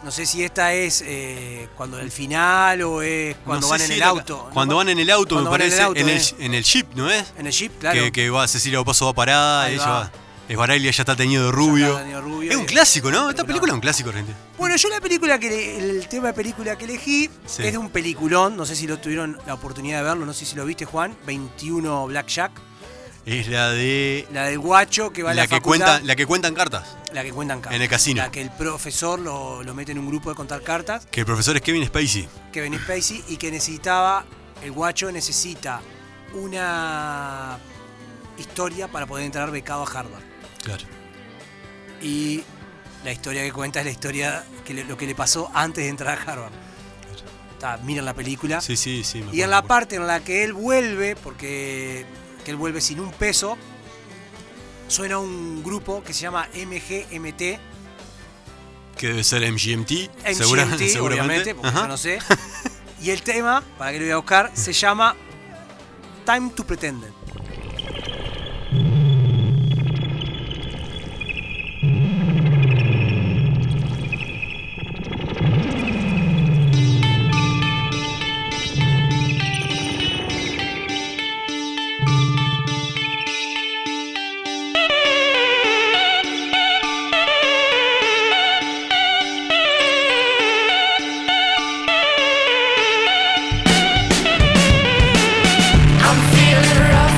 [SPEAKER 4] No sé si esta es eh, cuando el final o es
[SPEAKER 5] No
[SPEAKER 4] cuando
[SPEAKER 5] sé
[SPEAKER 4] van en
[SPEAKER 5] si
[SPEAKER 4] el
[SPEAKER 5] la-
[SPEAKER 4] auto.
[SPEAKER 5] Cuando van en el auto,
[SPEAKER 4] Cuando
[SPEAKER 5] me
[SPEAKER 4] van en el
[SPEAKER 5] parece.
[SPEAKER 4] auto,
[SPEAKER 5] en, el,
[SPEAKER 4] eh.
[SPEAKER 5] en el jeep, ¿no es?
[SPEAKER 4] En el jeep, claro.
[SPEAKER 5] Que, que va Cecilia Opaso va parada,
[SPEAKER 4] Ahí
[SPEAKER 5] ella
[SPEAKER 4] va.
[SPEAKER 5] va. Es Baraglia ya está teñido de rubio.
[SPEAKER 4] está teñido de rubio, eh.
[SPEAKER 5] es un
[SPEAKER 4] y-
[SPEAKER 5] clásico, ¿no? Esta
[SPEAKER 4] peliculón.
[SPEAKER 5] película es un clásico, gente.
[SPEAKER 4] Bueno, yo la película que le- el tema de película que elegí
[SPEAKER 5] Sí.
[SPEAKER 4] es de un peliculón, no sé si lo tuvieron la oportunidad de verlo, no sé si lo viste Juan, 21 Blackjack,
[SPEAKER 5] Es la de.
[SPEAKER 4] la del guacho que va
[SPEAKER 5] La,
[SPEAKER 4] a la,
[SPEAKER 5] que
[SPEAKER 4] facultad.
[SPEAKER 5] cuenta, la que cuentan cartas.
[SPEAKER 4] La que cuentan cartas.
[SPEAKER 5] En el casino.
[SPEAKER 4] La que el profesor lo, lo mete en un grupo de contar cartas,
[SPEAKER 5] Que el profesor es Kevin Spacey.
[SPEAKER 4] que venía Spacey y que necesitaba, el guacho necesita una historia para poder entrar becado a Harvard.
[SPEAKER 5] Claro.
[SPEAKER 4] Y la historia que cuenta es la historia, que le- lo que le pasó antes de entrar a Harvard. Está, miren la película.
[SPEAKER 5] Sí, sí, sí. me
[SPEAKER 4] Ah. Y
[SPEAKER 5] acuerdo,
[SPEAKER 4] en
[SPEAKER 5] me
[SPEAKER 4] la
[SPEAKER 5] acuerdo.
[SPEAKER 4] parte en la que él vuelve, porque que él vuelve sin un peso, suena un grupo que se llama MGMT,
[SPEAKER 5] Que debe ser MGMT.
[SPEAKER 4] MGMT,
[SPEAKER 5] segura- (laughs)
[SPEAKER 4] obviamente, porque
[SPEAKER 5] Ajá.
[SPEAKER 4] yo no sé. Y el tema, para que lo voy a buscar, se llama Time to Pretend.
[SPEAKER 9] I'm feeling rough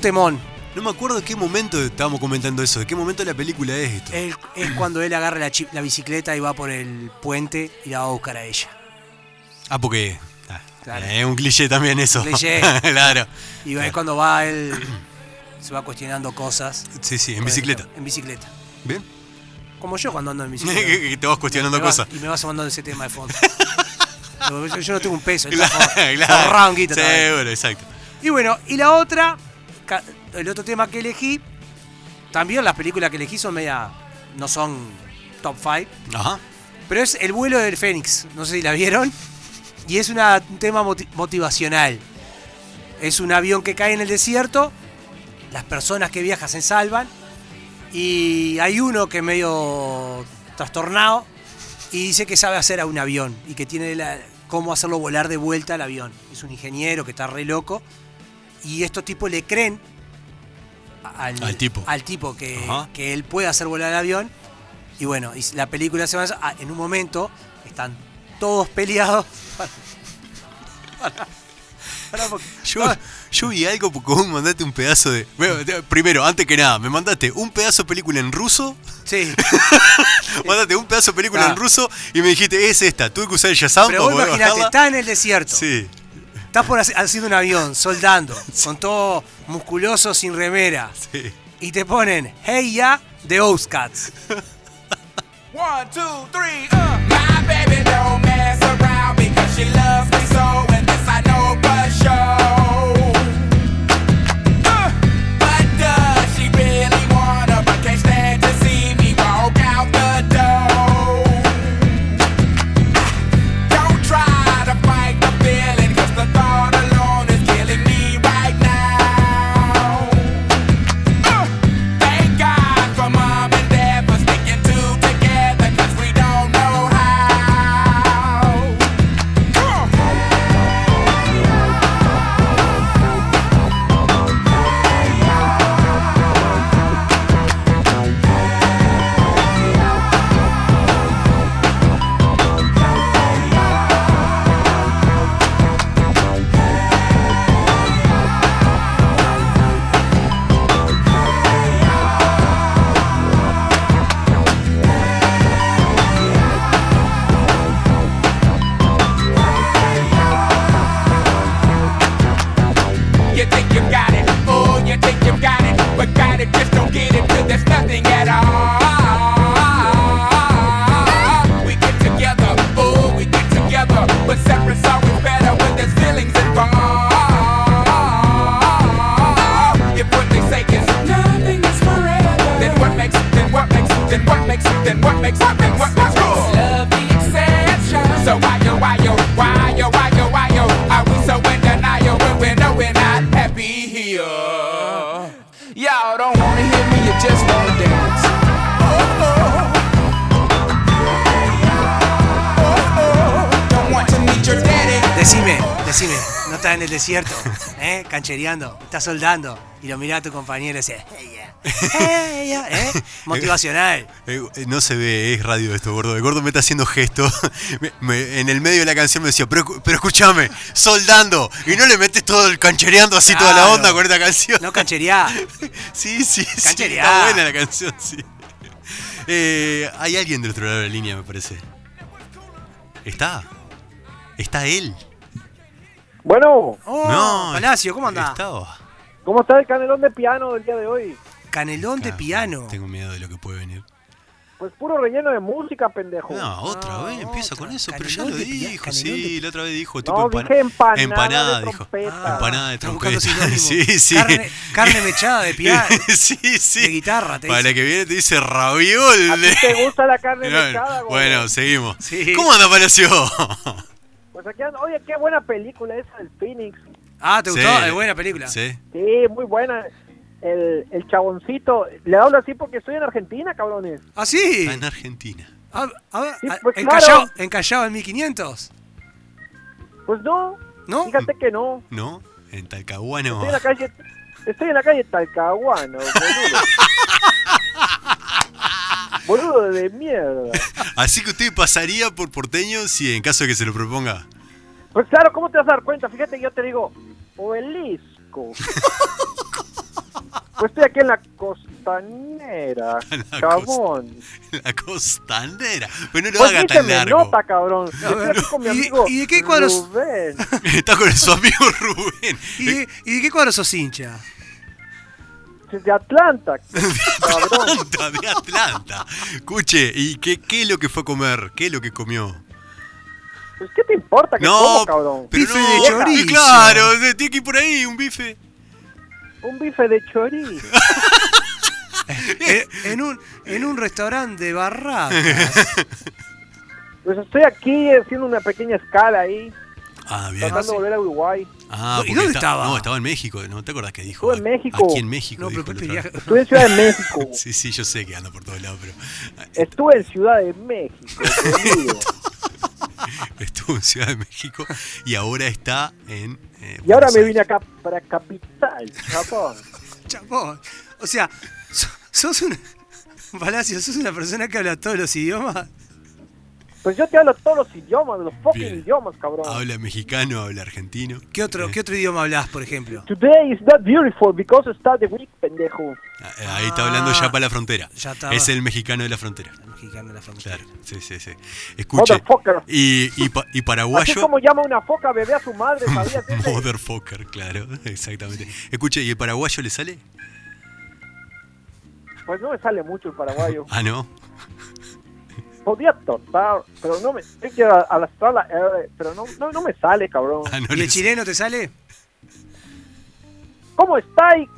[SPEAKER 4] temón.
[SPEAKER 5] No me acuerdo de qué momento estábamos comentando eso, de qué momento de la película es esto.
[SPEAKER 4] El- es cuando él agarra la, chi- la bicicleta y va por el puente y la va a buscar a ella.
[SPEAKER 5] Ah, porque. ah,
[SPEAKER 4] Claro.
[SPEAKER 5] Es un cliché también eso.
[SPEAKER 4] Cliché.
[SPEAKER 5] (laughs) claro.
[SPEAKER 4] Y es cuando va él. Se va cuestionando cosas.
[SPEAKER 5] Sí, sí, en bicicleta.
[SPEAKER 4] En bicicleta.
[SPEAKER 5] ¿Bien?
[SPEAKER 4] Como yo cuando ando en bicicleta.
[SPEAKER 5] (laughs) Que Te vas cuestionando
[SPEAKER 4] Me va-
[SPEAKER 5] cosas.
[SPEAKER 4] Y me vas mandando ese tema
[SPEAKER 5] (laughs)
[SPEAKER 4] de fondo. Yo- yo, yo no tengo un peso. el
[SPEAKER 5] Claro, (laughs)
[SPEAKER 4] tajo-
[SPEAKER 5] claro.
[SPEAKER 4] ahorrá un guita todavía.
[SPEAKER 5] Seguro, exacto.
[SPEAKER 4] Y bueno, y la otra, ca- el otro tema que elegí, también las películas que elegí son media, no son top 5,
[SPEAKER 5] Ajá.
[SPEAKER 4] pero es El vuelo del Fénix, no sé si la vieron, y es una- un tema moti- motivacional. Es un avión que cae en el desierto, las personas que viajan se salvan, y hay uno que es medio trastornado y dice que sabe hacer a un avión y que tiene la- cómo hacerlo volar de vuelta al avión. Es un ingeniero que está re loco y estos tipos le creen al,
[SPEAKER 5] Al tipo.
[SPEAKER 4] al tipo que,
[SPEAKER 5] Ajá.
[SPEAKER 4] que él puede hacer volar el avión. Y bueno, y la película se va ah, en un momento, están todos peleados. Para, para- para porque-
[SPEAKER 5] Yo, yo vi algo porque vos me mandaste un pedazo de. bueno, te- primero, antes que nada, me mandaste un pedazo de película en ruso. (laughs)
[SPEAKER 4] sí.
[SPEAKER 5] mandaste un pedazo de película
[SPEAKER 4] Claro.
[SPEAKER 5] en ruso y me dijiste, es esta. Tuve que usar el Shazam
[SPEAKER 4] Ah.
[SPEAKER 5] para
[SPEAKER 4] Pero vos
[SPEAKER 5] poder
[SPEAKER 4] imaginate,
[SPEAKER 5] bajarla.
[SPEAKER 4] está en el desierto.
[SPEAKER 5] Sí.
[SPEAKER 4] Estás por hace- haciendo un
[SPEAKER 9] (laughs)
[SPEAKER 4] avión, soldando, con todo musculoso, sin remera.
[SPEAKER 5] sí.
[SPEAKER 4] Y te ponen Hey Ya de Oscats.
[SPEAKER 9] (laughs) One, two, three, uh. My baby don't mess around because she loves me so, and this I know for sure. Uh. But does she really wanna, but can't stand to see me walk out the door? Don't try to fight the feeling, 'cause the thought alone is killing me right now. Thank God for mom and dad for sticking two together, 'cause we don't know how. Come on. You think you got it, oh, you think you got it, but got it, just don't get it till there's nothing at all. We get together, oh, we get together, but separate's always better when there's feelings involved. If what they say is nothing is forever, then what makes, then what makes, then what makes, then what makes, what makes, what makes, love the exception. So why yo, why yo, why yo, why yo, why yo, are we so in denial when we know we're not happy here? Y'all don't wanna hear me, you just wanna dance. Don't want to meet your daddy.
[SPEAKER 4] Decime, decime, no estás en el desierto, ¿eh? canchereando, estás soldando. Y lo mirá a tu compañero y dice, Hey Ya, hey ya", ¿eh? Motivacional.
[SPEAKER 5] Eh, eh, no se ve, es radio esto, gordo. El gordo me está haciendo gestos. (laughs) Me- me- en el medio de la canción me decía, pero, escu- pero escúchame, soldando. Y no le metes todo el canchereando así toda la
[SPEAKER 4] Claro.
[SPEAKER 5] onda con esta canción.
[SPEAKER 4] No canchereá.
[SPEAKER 5] (laughs) Sí, sí, sí.
[SPEAKER 4] Canchereá.
[SPEAKER 5] Está buena la canción, sí. Eh, hay alguien del otro lado de la línea, me parece. ¿Está? ¿Está él?
[SPEAKER 10] Bueno,
[SPEAKER 4] Oh, Palacio, ¿cómo andás?
[SPEAKER 5] Estaba.
[SPEAKER 10] ¿cómo está el canelón de piano del día de hoy?
[SPEAKER 4] Canelón de
[SPEAKER 5] Ah,
[SPEAKER 4] piano.
[SPEAKER 5] Tengo miedo de lo que puede venir.
[SPEAKER 10] Pues puro relleno de música, pendejo.
[SPEAKER 5] No, otra
[SPEAKER 4] No,
[SPEAKER 5] vez empieza
[SPEAKER 4] otra.
[SPEAKER 5] con eso, pero ya
[SPEAKER 4] Canelón
[SPEAKER 5] lo
[SPEAKER 4] de pia-
[SPEAKER 5] dijo,
[SPEAKER 4] canelón
[SPEAKER 5] sí,
[SPEAKER 4] de-
[SPEAKER 5] la otra vez dijo tipo
[SPEAKER 10] No,
[SPEAKER 5] empana-
[SPEAKER 10] dije empanada, de
[SPEAKER 5] dijo.
[SPEAKER 10] trompeta.
[SPEAKER 5] Empanada de
[SPEAKER 4] Está Ah, buscando
[SPEAKER 5] trompeta. (laughs)
[SPEAKER 4] sinónimos.
[SPEAKER 5] Sí, sí.
[SPEAKER 4] Carne,
[SPEAKER 5] (laughs)
[SPEAKER 4] carne mechada de piano.
[SPEAKER 5] sí, sí.
[SPEAKER 4] De guitarra, te
[SPEAKER 5] Para
[SPEAKER 4] dice.
[SPEAKER 5] la que viene te dice raviol.
[SPEAKER 10] ¿A ti
[SPEAKER 5] (laughs)
[SPEAKER 10] te gusta la carne mechada, güey?
[SPEAKER 5] bueno, seguimos.
[SPEAKER 4] Sí.
[SPEAKER 5] ¿Cómo anda Palacio?
[SPEAKER 10] Pues aquí ando- Oye, qué buena película esa del Phoenix.
[SPEAKER 4] Ah, (laughs) ¿te
[SPEAKER 5] Sí.
[SPEAKER 4] gustó? Es buena película.
[SPEAKER 5] Sí.
[SPEAKER 10] Sí, muy buena. El, el chaboncito. Le hablo así porque estoy en Argentina, cabrones.
[SPEAKER 4] Ah, sí.
[SPEAKER 5] Está en Argentina.
[SPEAKER 4] Ah, ah,
[SPEAKER 10] Sí,
[SPEAKER 4] ah,
[SPEAKER 10] pues
[SPEAKER 4] encallado,
[SPEAKER 10] claro.
[SPEAKER 4] encallado en 1500.
[SPEAKER 10] Pues no.
[SPEAKER 4] ¿No?
[SPEAKER 10] Fíjate que no.
[SPEAKER 5] ¿No? En Talcahuano.
[SPEAKER 10] Estoy en la calle... Estoy en la calle Talcahuano, boludo. boludo de mierda.
[SPEAKER 5] (laughs) Así que usted pasaría por porteño si en caso de que se lo proponga. (laughs) (laughs)
[SPEAKER 10] Pues claro, ¿cómo te vas a dar cuenta? Fíjate que yo te digo, obelisco. Pues estoy aquí en la costanera,
[SPEAKER 5] (laughs) En la
[SPEAKER 10] cabrón.
[SPEAKER 5] La costanera. Pero no lo
[SPEAKER 10] Pues
[SPEAKER 5] haga
[SPEAKER 10] sí
[SPEAKER 5] tan
[SPEAKER 10] se me
[SPEAKER 5] largo.
[SPEAKER 10] nota, cabrón. Yo estoy aquí con mi
[SPEAKER 4] ¿Y-
[SPEAKER 10] amigo
[SPEAKER 4] y de qué cuadros-
[SPEAKER 10] Rubén.
[SPEAKER 5] (laughs) Está con su amigo (laughs) Rubén.
[SPEAKER 4] ¿Y, de- y de qué cuadro sos hincha?
[SPEAKER 10] De Atlanta, cabrón.
[SPEAKER 5] Atlanta, de Atlanta. Escuche, ¿y qué, qué es lo que fue a comer? ¿Qué es lo que comió?
[SPEAKER 10] Pues, ¿Qué te importa que como, cabrón?
[SPEAKER 5] pero
[SPEAKER 4] Bife
[SPEAKER 5] no,
[SPEAKER 4] de
[SPEAKER 5] y
[SPEAKER 4] chorizo.
[SPEAKER 5] Claro, se tiene que ir por ahí, un bife.
[SPEAKER 10] Un bife de chorizo.
[SPEAKER 4] Eh, en, un, en un restaurante
[SPEAKER 5] (laughs)
[SPEAKER 4] de barracas.
[SPEAKER 10] Pues estoy aquí haciendo una pequeña escala ahí,
[SPEAKER 5] Ah, bien.
[SPEAKER 10] tratando de volver a Uruguay.
[SPEAKER 5] Ah,
[SPEAKER 4] ¿Y
[SPEAKER 5] porque
[SPEAKER 4] dónde
[SPEAKER 5] está-
[SPEAKER 4] estaba?
[SPEAKER 5] No, estaba en México. ¿No te acordás que dijo?
[SPEAKER 10] Estuve en México.
[SPEAKER 5] Aquí en México.
[SPEAKER 4] No, pero
[SPEAKER 5] dijo el
[SPEAKER 4] Pepe
[SPEAKER 5] otro
[SPEAKER 4] viaja. (laughs)
[SPEAKER 5] día.
[SPEAKER 10] Estuve en Ciudad de
[SPEAKER 5] (laughs)
[SPEAKER 10] México.
[SPEAKER 5] Sí, sí, yo sé que anda por todos lados, pero (laughs)
[SPEAKER 10] Estuve en Ciudad de México. querido.
[SPEAKER 5] estuvo en Ciudad de México y ahora está en. eh,
[SPEAKER 10] Y ahora
[SPEAKER 5] Buenos
[SPEAKER 10] me
[SPEAKER 5] Aires.
[SPEAKER 10] vine acá para Capital, Japón.
[SPEAKER 4] Chabón. O sea, so- sos una. (laughs) Palacio, sos una persona que habla todos los idiomas.
[SPEAKER 10] Pues yo te hablo todos los idiomas, los fucking
[SPEAKER 5] Bien.
[SPEAKER 10] idiomas, cabrón.
[SPEAKER 5] Habla mexicano, habla argentino.
[SPEAKER 4] ¿Qué otro, ¿Qué otro idioma hablas, por ejemplo?
[SPEAKER 10] Today is not beautiful because it's the week, pendejo.
[SPEAKER 5] Ah, eh, Ahí está hablando ya para la frontera.
[SPEAKER 4] Ya está.
[SPEAKER 5] Es el mexicano de la frontera.
[SPEAKER 4] El mexicano de la frontera.
[SPEAKER 5] Claro, sí, sí, sí. Escuche.
[SPEAKER 10] Motherfucker.
[SPEAKER 5] Y, y, pa- y
[SPEAKER 10] Así es
[SPEAKER 5] paraguayo.
[SPEAKER 10] como llama una foca bebé a
[SPEAKER 5] (laughs)
[SPEAKER 10] su madre, ¿sabías? ese?
[SPEAKER 5] Motherfucker, claro, (laughs) exactamente. Escuche, ¿y el paraguayo le sale?
[SPEAKER 10] Pues no me sale mucho el paraguayo.
[SPEAKER 5] Ah, no.
[SPEAKER 10] Podía tortar, pero no me... Yo quiero alastrar la R, pero no, no, no me sale, cabrón.
[SPEAKER 5] Ah, no
[SPEAKER 4] ¿Y
[SPEAKER 5] le
[SPEAKER 4] el chileno te sale?
[SPEAKER 10] ¿Cómo estáis?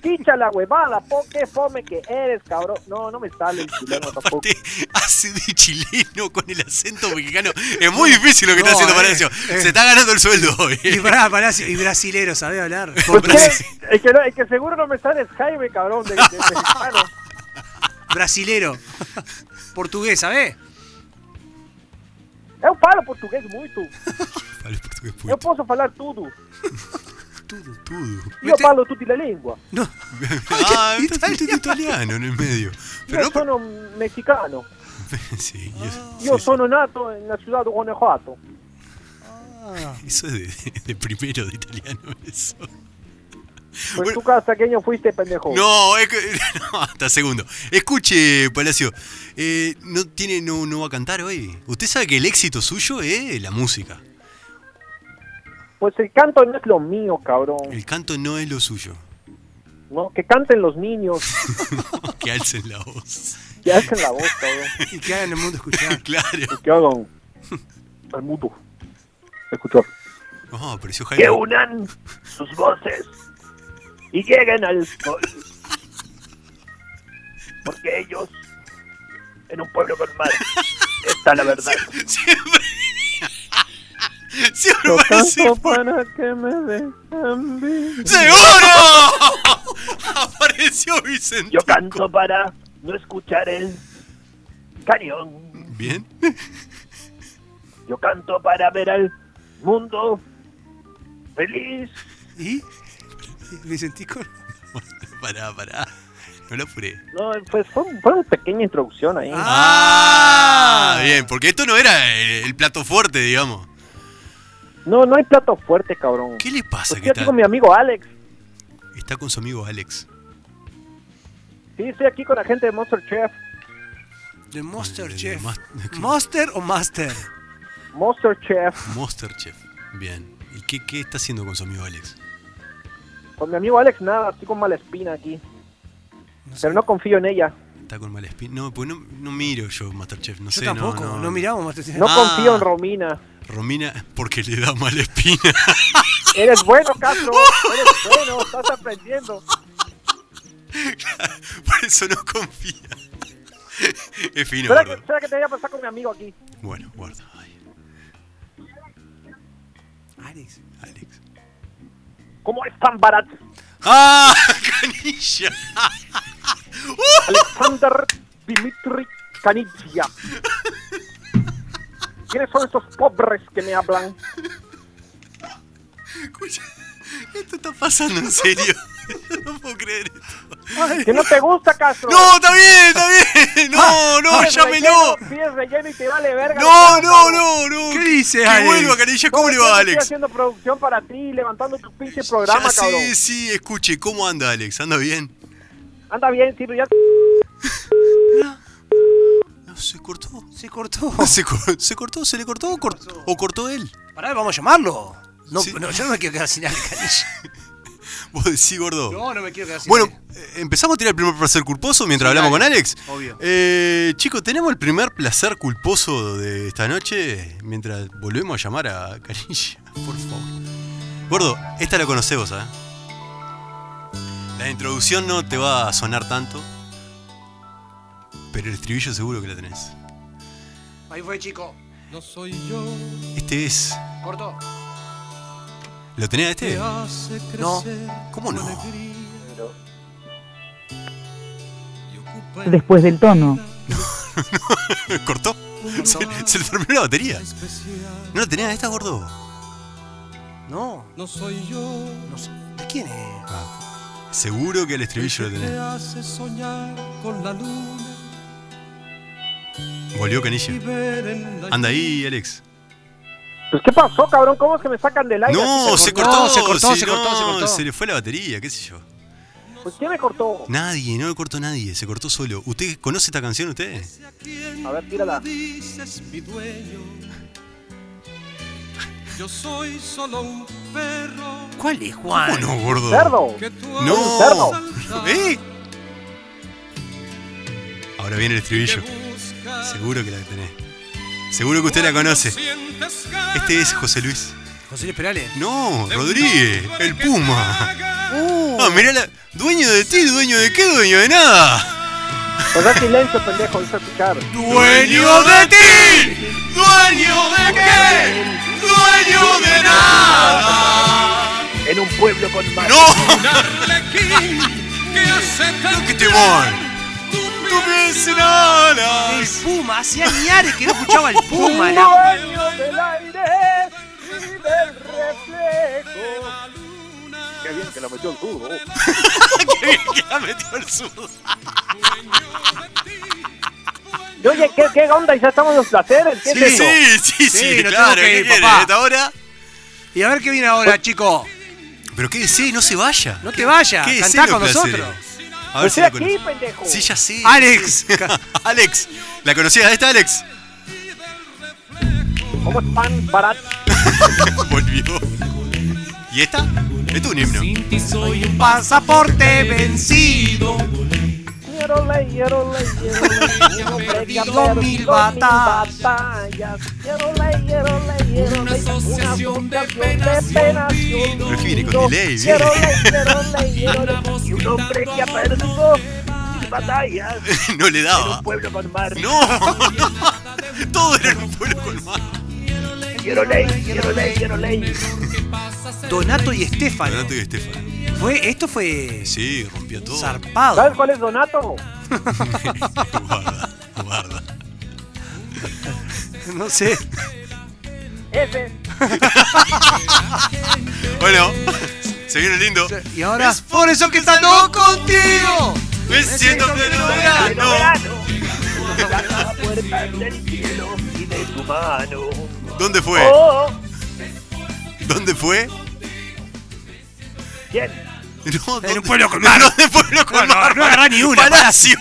[SPEAKER 10] Quicha la huevada, po, qué fome que eres, cabrón. No, no me sale el
[SPEAKER 5] (laughs)
[SPEAKER 10] chileno tampoco.
[SPEAKER 5] Aparte, hace de chileno con el acento mexicano. Es muy difícil lo que está
[SPEAKER 4] No,
[SPEAKER 5] haciendo
[SPEAKER 4] eh,
[SPEAKER 5] Palacio.
[SPEAKER 4] eh.
[SPEAKER 5] Se está ganando el sueldo hoy.
[SPEAKER 4] Y
[SPEAKER 5] (laughs)
[SPEAKER 4] pará, Palacio, y brasilero, ¿sabés hablar?
[SPEAKER 10] Pues
[SPEAKER 5] Con Brasil-
[SPEAKER 10] ¿qué? el, que no- el que seguro no me sale es Jaime,
[SPEAKER 5] (laughs)
[SPEAKER 10] cabrón, de, de- de mexicano.
[SPEAKER 4] Brasilero. Portugués, ¿sabés?
[SPEAKER 10] Eu falo portugués muito.
[SPEAKER 5] Fala português muito.
[SPEAKER 10] Eu posso falar tudo.
[SPEAKER 5] Tudo, tudo.
[SPEAKER 4] (laughs)
[SPEAKER 10] Yo
[SPEAKER 4] Vete-
[SPEAKER 10] hablo tutti la lengua.
[SPEAKER 4] No.
[SPEAKER 5] Ah, está el italiano en el medio. Pero
[SPEAKER 10] Yo
[SPEAKER 5] no, por-
[SPEAKER 10] sono mexicano.
[SPEAKER 5] (laughs) sí, yo-
[SPEAKER 10] Yo sono nato en la ciudad de Guanajuato.
[SPEAKER 4] Ah.
[SPEAKER 5] eso es de, de primero de italiano. Eso.
[SPEAKER 10] Pues tu casa que no fuiste, pendejo.
[SPEAKER 5] No, es que- (laughs) no, hasta segundo. Escuche, Palacio, eh, no tiene, no, no va a cantar hoy. Usted sabe que el éxito suyo es la música.
[SPEAKER 10] Pues el canto no es lo mío, cabrón.
[SPEAKER 5] El canto no es lo suyo. (laughs)
[SPEAKER 10] No, que canten los niños,
[SPEAKER 5] Que alcen la voz.
[SPEAKER 10] que hacen la voz, cabrón.
[SPEAKER 4] Y que hagan el mundo
[SPEAKER 5] (laughs)
[SPEAKER 4] escuchar.
[SPEAKER 5] Claro.
[SPEAKER 10] Que hagan al mundo escuchar.
[SPEAKER 5] No, apareció Jaime. (laughs)
[SPEAKER 10] Que unan sus voces y lleguen al sol. Porque ellos, en un pueblo con mar, está la verdad.
[SPEAKER 5] Siempre. (laughs) Siempre
[SPEAKER 10] Lo
[SPEAKER 5] aparece.
[SPEAKER 10] canto para que me dejan vivir.
[SPEAKER 5] ¡Seguro! (laughs) Apareció Vicente.
[SPEAKER 10] Yo canto para no escuchar el cañón.
[SPEAKER 5] Bien.
[SPEAKER 10] Yo canto para ver al mundo feliz.
[SPEAKER 4] ¿Y? Vicentico.
[SPEAKER 5] (laughs) Pará, pará. No la apuré.
[SPEAKER 10] No, pues fue, fue una pequeña introducción ahí.
[SPEAKER 5] Ah, bien, porque esto no era el, el plato fuerte, digamos.
[SPEAKER 10] No, no hay plato fuerte, cabrón.
[SPEAKER 5] ¿Qué le pasa
[SPEAKER 10] Pues
[SPEAKER 5] que
[SPEAKER 10] estoy aquí
[SPEAKER 5] está,
[SPEAKER 10] con mi amigo Alex.
[SPEAKER 5] está con su amigo Alex?
[SPEAKER 10] Sí, estoy aquí con la gente de Monster Chef.
[SPEAKER 4] The Monster
[SPEAKER 5] El- el
[SPEAKER 4] Chef.
[SPEAKER 5] mas-
[SPEAKER 4] ¿Monster o Master?
[SPEAKER 10] Monster Chef.
[SPEAKER 5] Monster Chef. Bien. ¿Y qué, qué está haciendo con su amigo Alex?
[SPEAKER 10] Con Pues mi amigo Alex, nada, estoy con mala espina aquí. Pero no confío en ella.
[SPEAKER 5] ¿Está con mala espina? No, pues no, no miro yo Masterchef, no
[SPEAKER 4] Yo
[SPEAKER 5] sé.
[SPEAKER 4] tampoco,
[SPEAKER 5] no,
[SPEAKER 4] no, este
[SPEAKER 5] no.
[SPEAKER 4] miramos Masterchef.
[SPEAKER 10] No
[SPEAKER 5] Ah.
[SPEAKER 10] confío en Romina.
[SPEAKER 5] Romina, porque le da mala
[SPEAKER 4] (laughs)
[SPEAKER 5] espina.
[SPEAKER 10] Eres bueno, Castro. Eres bueno, estás aprendiendo.
[SPEAKER 5] Por eso no confía. Es fino,
[SPEAKER 10] ¿Será que,
[SPEAKER 5] gordo.
[SPEAKER 10] será que te voy a pasar con mi amigo aquí?
[SPEAKER 5] Bueno, guarda. Ay,
[SPEAKER 4] Alex.
[SPEAKER 5] Alex.
[SPEAKER 10] ¿Cómo es tan barato?
[SPEAKER 5] ¡Ah! (laughs) ¡Canilla!
[SPEAKER 10] Alexander Dimitri Canizia. ¿Quiénes son estos pobres que me hablan?
[SPEAKER 5] Escucha, esto está pasando en serio. (laughs) No puedo creer esto.
[SPEAKER 10] Que no te gusta, Castro.
[SPEAKER 5] No, está bien, está bien. No, no,
[SPEAKER 10] Pides
[SPEAKER 5] llámelo.
[SPEAKER 10] relleno, pides relleno y te vale verga.
[SPEAKER 5] No, no, no, no.
[SPEAKER 4] ¿Qué
[SPEAKER 5] ¿Qué Que
[SPEAKER 4] dice, Ale?
[SPEAKER 5] vuelva, Canilla. ¿Cómo le
[SPEAKER 10] Yo
[SPEAKER 5] va,
[SPEAKER 10] estoy
[SPEAKER 5] Alex?
[SPEAKER 10] haciendo producción para ti, levantando tu pinche
[SPEAKER 5] Ya
[SPEAKER 10] programa, cabrón.
[SPEAKER 5] sí, sí, escuche, ¿cómo anda, Alex? ¿Anda bien?
[SPEAKER 10] Anda bien, sí, pero ya
[SPEAKER 5] No, se cortó.
[SPEAKER 4] Se cortó.
[SPEAKER 10] Oh.
[SPEAKER 5] ¿Se, cor- se cortó? ¿Se le cortó o, cort- o cortó él?
[SPEAKER 4] Pará, vamos a llamarlo. No,
[SPEAKER 5] Sí.
[SPEAKER 4] no, yo no me quiero quedar sin Ale
[SPEAKER 5] (laughs)
[SPEAKER 4] Canilla.
[SPEAKER 5] Vos decís, gordo.
[SPEAKER 4] No, no me quiero quedar sin
[SPEAKER 5] Bueno,
[SPEAKER 4] Ale.
[SPEAKER 5] eh, empezamos a tirar el primer placer culposo mientras hablamos con Alex.
[SPEAKER 4] obvio.
[SPEAKER 5] Eh, chicos, tenemos el primer placer culposo de esta noche mientras volvemos a llamar a Canilla, (laughs) por favor. Gordo, esta la conocés vos, ¿eh? La introducción no te va a sonar tanto, pero el estribillo seguro que la tenés.
[SPEAKER 4] Ahí fue, chico.
[SPEAKER 5] Este es.
[SPEAKER 4] ¿Corto?
[SPEAKER 5] ¿Lo tenés este?
[SPEAKER 4] No.
[SPEAKER 5] ¿Cómo no? (laughs)
[SPEAKER 11] Después del tono.
[SPEAKER 5] ¿Cortó? Se, se le terminó la batería. ¿No lo tenés esta, gordo?
[SPEAKER 4] No. No soy yo. No sé. ¿De quién es?
[SPEAKER 5] Seguro que el estribillo lo tenés. Volvió Canilla. Anda ahí, Alex.
[SPEAKER 10] Pues, ¿qué pasó, cabrón? ¿Cómo es que me sacan del aire?
[SPEAKER 5] No,
[SPEAKER 10] así?
[SPEAKER 5] se cortó,
[SPEAKER 4] se cortó,
[SPEAKER 5] sí,
[SPEAKER 4] se cortó,
[SPEAKER 5] no,
[SPEAKER 4] se cortó.
[SPEAKER 5] Se le fue la batería, qué sé yo.
[SPEAKER 10] Pues, ¿quién me cortó?
[SPEAKER 5] Nadie, no lo cortó nadie, se cortó solo. ¿Usted conoce esta canción, usted?
[SPEAKER 10] A ver, tírala.
[SPEAKER 4] ¿Cuál es, Juan?
[SPEAKER 5] ¿Cómo Oh, no, gordo?
[SPEAKER 10] Cerdo.
[SPEAKER 5] ¡No! ¿Eh? Ahora viene el estribillo. Seguro que la tenés. Seguro que usted la conoce. Este es José Luis.
[SPEAKER 4] José Luis Perales.
[SPEAKER 5] No, Rodríguez, el Puma.
[SPEAKER 4] Uh.
[SPEAKER 5] Ah, mirá la. Dueño de ti, dueño de qué, dueño de nada.
[SPEAKER 10] Pues da silencio, pendejo, hice escuchar.
[SPEAKER 5] ¡Dueño de ti! ¡Dueño de qué! ¡Dueño de nada!
[SPEAKER 10] En un pueblo con mar.
[SPEAKER 5] ¡No! ¡Qué temor! ¡Tú piensas nada!
[SPEAKER 4] El Puma, hacía Miares que no escuchaba el Puma. la-
[SPEAKER 10] Dueño del aire y del reflejo. Qué bien que lo metió el zurdo.
[SPEAKER 5] ¡Qué bien que la metió el zurdo!
[SPEAKER 10] Y oye, ¿qué, qué onda? Y ya estamos en los placeres. ¿Qué
[SPEAKER 5] Sí,
[SPEAKER 10] es eso?
[SPEAKER 5] sí, sí, sí,
[SPEAKER 4] Sí, no
[SPEAKER 5] claro,
[SPEAKER 4] tengo que
[SPEAKER 5] ¿qué
[SPEAKER 4] ir,
[SPEAKER 5] quiere?
[SPEAKER 4] papá.
[SPEAKER 5] ¿Esta hora?
[SPEAKER 4] Y a ver qué viene ahora, chico.
[SPEAKER 5] Pero qué sí, no se vaya.
[SPEAKER 4] No te vayas,
[SPEAKER 5] ¿Qué
[SPEAKER 4] cantá
[SPEAKER 5] decís,
[SPEAKER 4] con
[SPEAKER 5] los placeres?
[SPEAKER 4] nosotros.
[SPEAKER 5] A ver si
[SPEAKER 10] Estoy
[SPEAKER 5] la
[SPEAKER 10] aquí,
[SPEAKER 5] conoces.
[SPEAKER 10] pendejo.
[SPEAKER 5] Sí, ya sí.
[SPEAKER 4] Alex.
[SPEAKER 5] (laughs) Alex, ¿la conocías esta,
[SPEAKER 4] (laughs)
[SPEAKER 5] Alex?
[SPEAKER 10] ¿Cómo están baratos?
[SPEAKER 5] Volvió. ¿Y esta? Este es un himno.
[SPEAKER 4] Pasaporte vencido.
[SPEAKER 10] Quiero ley, quiero ley, (laughs) quiero ley. Yo
[SPEAKER 4] perdido
[SPEAKER 10] perdí
[SPEAKER 4] mil
[SPEAKER 10] dos
[SPEAKER 4] batallas.
[SPEAKER 10] batallas. Quiero ley, quiero ley, quiero ley. Una asociación de penas. y un
[SPEAKER 5] Pero es que viene con
[SPEAKER 10] olvido.
[SPEAKER 5] delay,
[SPEAKER 10] Quiero
[SPEAKER 5] viene.
[SPEAKER 10] ley, quiero ley, quiero ley. Y un hombre que ha perdido mil batallas.
[SPEAKER 5] (laughs) No le daba.
[SPEAKER 10] Pueblo con mar.
[SPEAKER 5] No. (laughs) Todo era un pueblo colmado.
[SPEAKER 10] Quiero ley, quiero ley, quiero ley.
[SPEAKER 4] Donato y Estefano.
[SPEAKER 5] Donato y Estefan.
[SPEAKER 4] Fue, esto fue
[SPEAKER 5] Sí, rompía todo.
[SPEAKER 4] zarpado.
[SPEAKER 10] ¿Sabes cuál es Donato?
[SPEAKER 5] Guarda, guarda.
[SPEAKER 4] No sé.
[SPEAKER 10] Ese.
[SPEAKER 5] Bueno, (laughs) se viene lindo.
[SPEAKER 4] Y ahora. Es por eso que está no contigo.
[SPEAKER 5] Me siento pleno
[SPEAKER 10] Pleno
[SPEAKER 5] verano.
[SPEAKER 10] verano. Cerrada la puerta del cielo y de tu mano.
[SPEAKER 5] ¿Dónde fue?
[SPEAKER 10] Oh,
[SPEAKER 5] ¿Dónde fue?
[SPEAKER 10] ¿quién?
[SPEAKER 5] No,
[SPEAKER 4] En un pueblo colmado.
[SPEAKER 5] No, en un pueblo colmado.
[SPEAKER 4] no, no agarrá ni una,
[SPEAKER 5] Palacio.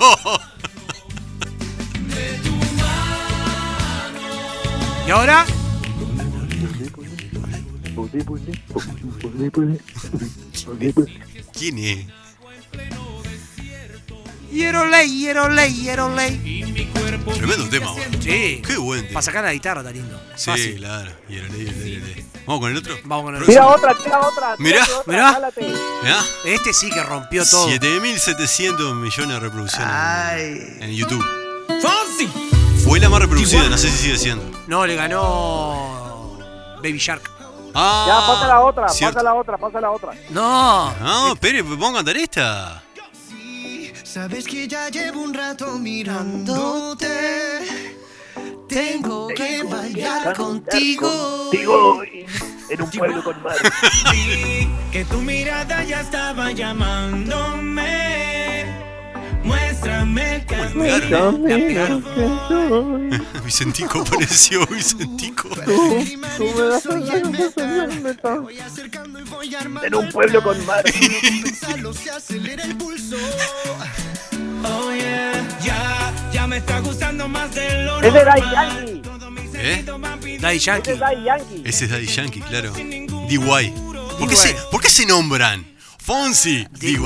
[SPEAKER 4] Y ahora.
[SPEAKER 5] ¿Quién es?
[SPEAKER 4] Quiero ley, quiero ley, quiero ley.
[SPEAKER 5] Tremendo tema, boludo.
[SPEAKER 4] Sí.
[SPEAKER 5] Qué buen tema.
[SPEAKER 4] Para sacar la guitarra, está lindo.
[SPEAKER 5] Sí,
[SPEAKER 4] Fácil.
[SPEAKER 5] claro. Y el, el, el, el. ¿Vamos con el otro?
[SPEAKER 4] Vamos con el
[SPEAKER 10] Mira otra, tira otra. tira
[SPEAKER 5] Mirá,
[SPEAKER 10] otra,
[SPEAKER 4] mirá.
[SPEAKER 10] jálate.
[SPEAKER 5] ¿Ya?
[SPEAKER 4] Este sí que rompió todo.
[SPEAKER 5] 7700 millones de reproducciones en- en YouTube. Fue la más reproducida, no sé si sigue siendo.
[SPEAKER 4] No, le ganó. Baby Shark.
[SPEAKER 5] Ah,
[SPEAKER 10] Ya, pasa la otra,
[SPEAKER 5] cierto.
[SPEAKER 10] pasa la otra, pasa la otra.
[SPEAKER 4] No.
[SPEAKER 5] No, espere, pues vamos a cantar esta. (laughs)
[SPEAKER 9] Sabes que ya llevo un rato mirándote. Tengo que bailar contigo.
[SPEAKER 10] Digo, en un pueblo con mar.
[SPEAKER 9] Que tu mirada ya estaba llamándome. Muéstrame.
[SPEAKER 5] Pegaron,
[SPEAKER 3] Dame
[SPEAKER 5] ¿eh?
[SPEAKER 3] la canción.
[SPEAKER 5] Vicentico apareció, (laughs) Vicentico.
[SPEAKER 3] Tú me das el beso, yo me meto. En un pueblo con mar.
[SPEAKER 9] (laughs) Oh,
[SPEAKER 3] Es de Dai Yankee.
[SPEAKER 5] ¿Eh?
[SPEAKER 4] Dai
[SPEAKER 3] Es de
[SPEAKER 4] Yankee.
[SPEAKER 3] Dai Yankee.
[SPEAKER 5] Ese es Daddy Yankee, claro. DY. ¿Por qué, se, ¿Por qué se nombran? Fonsi, DY.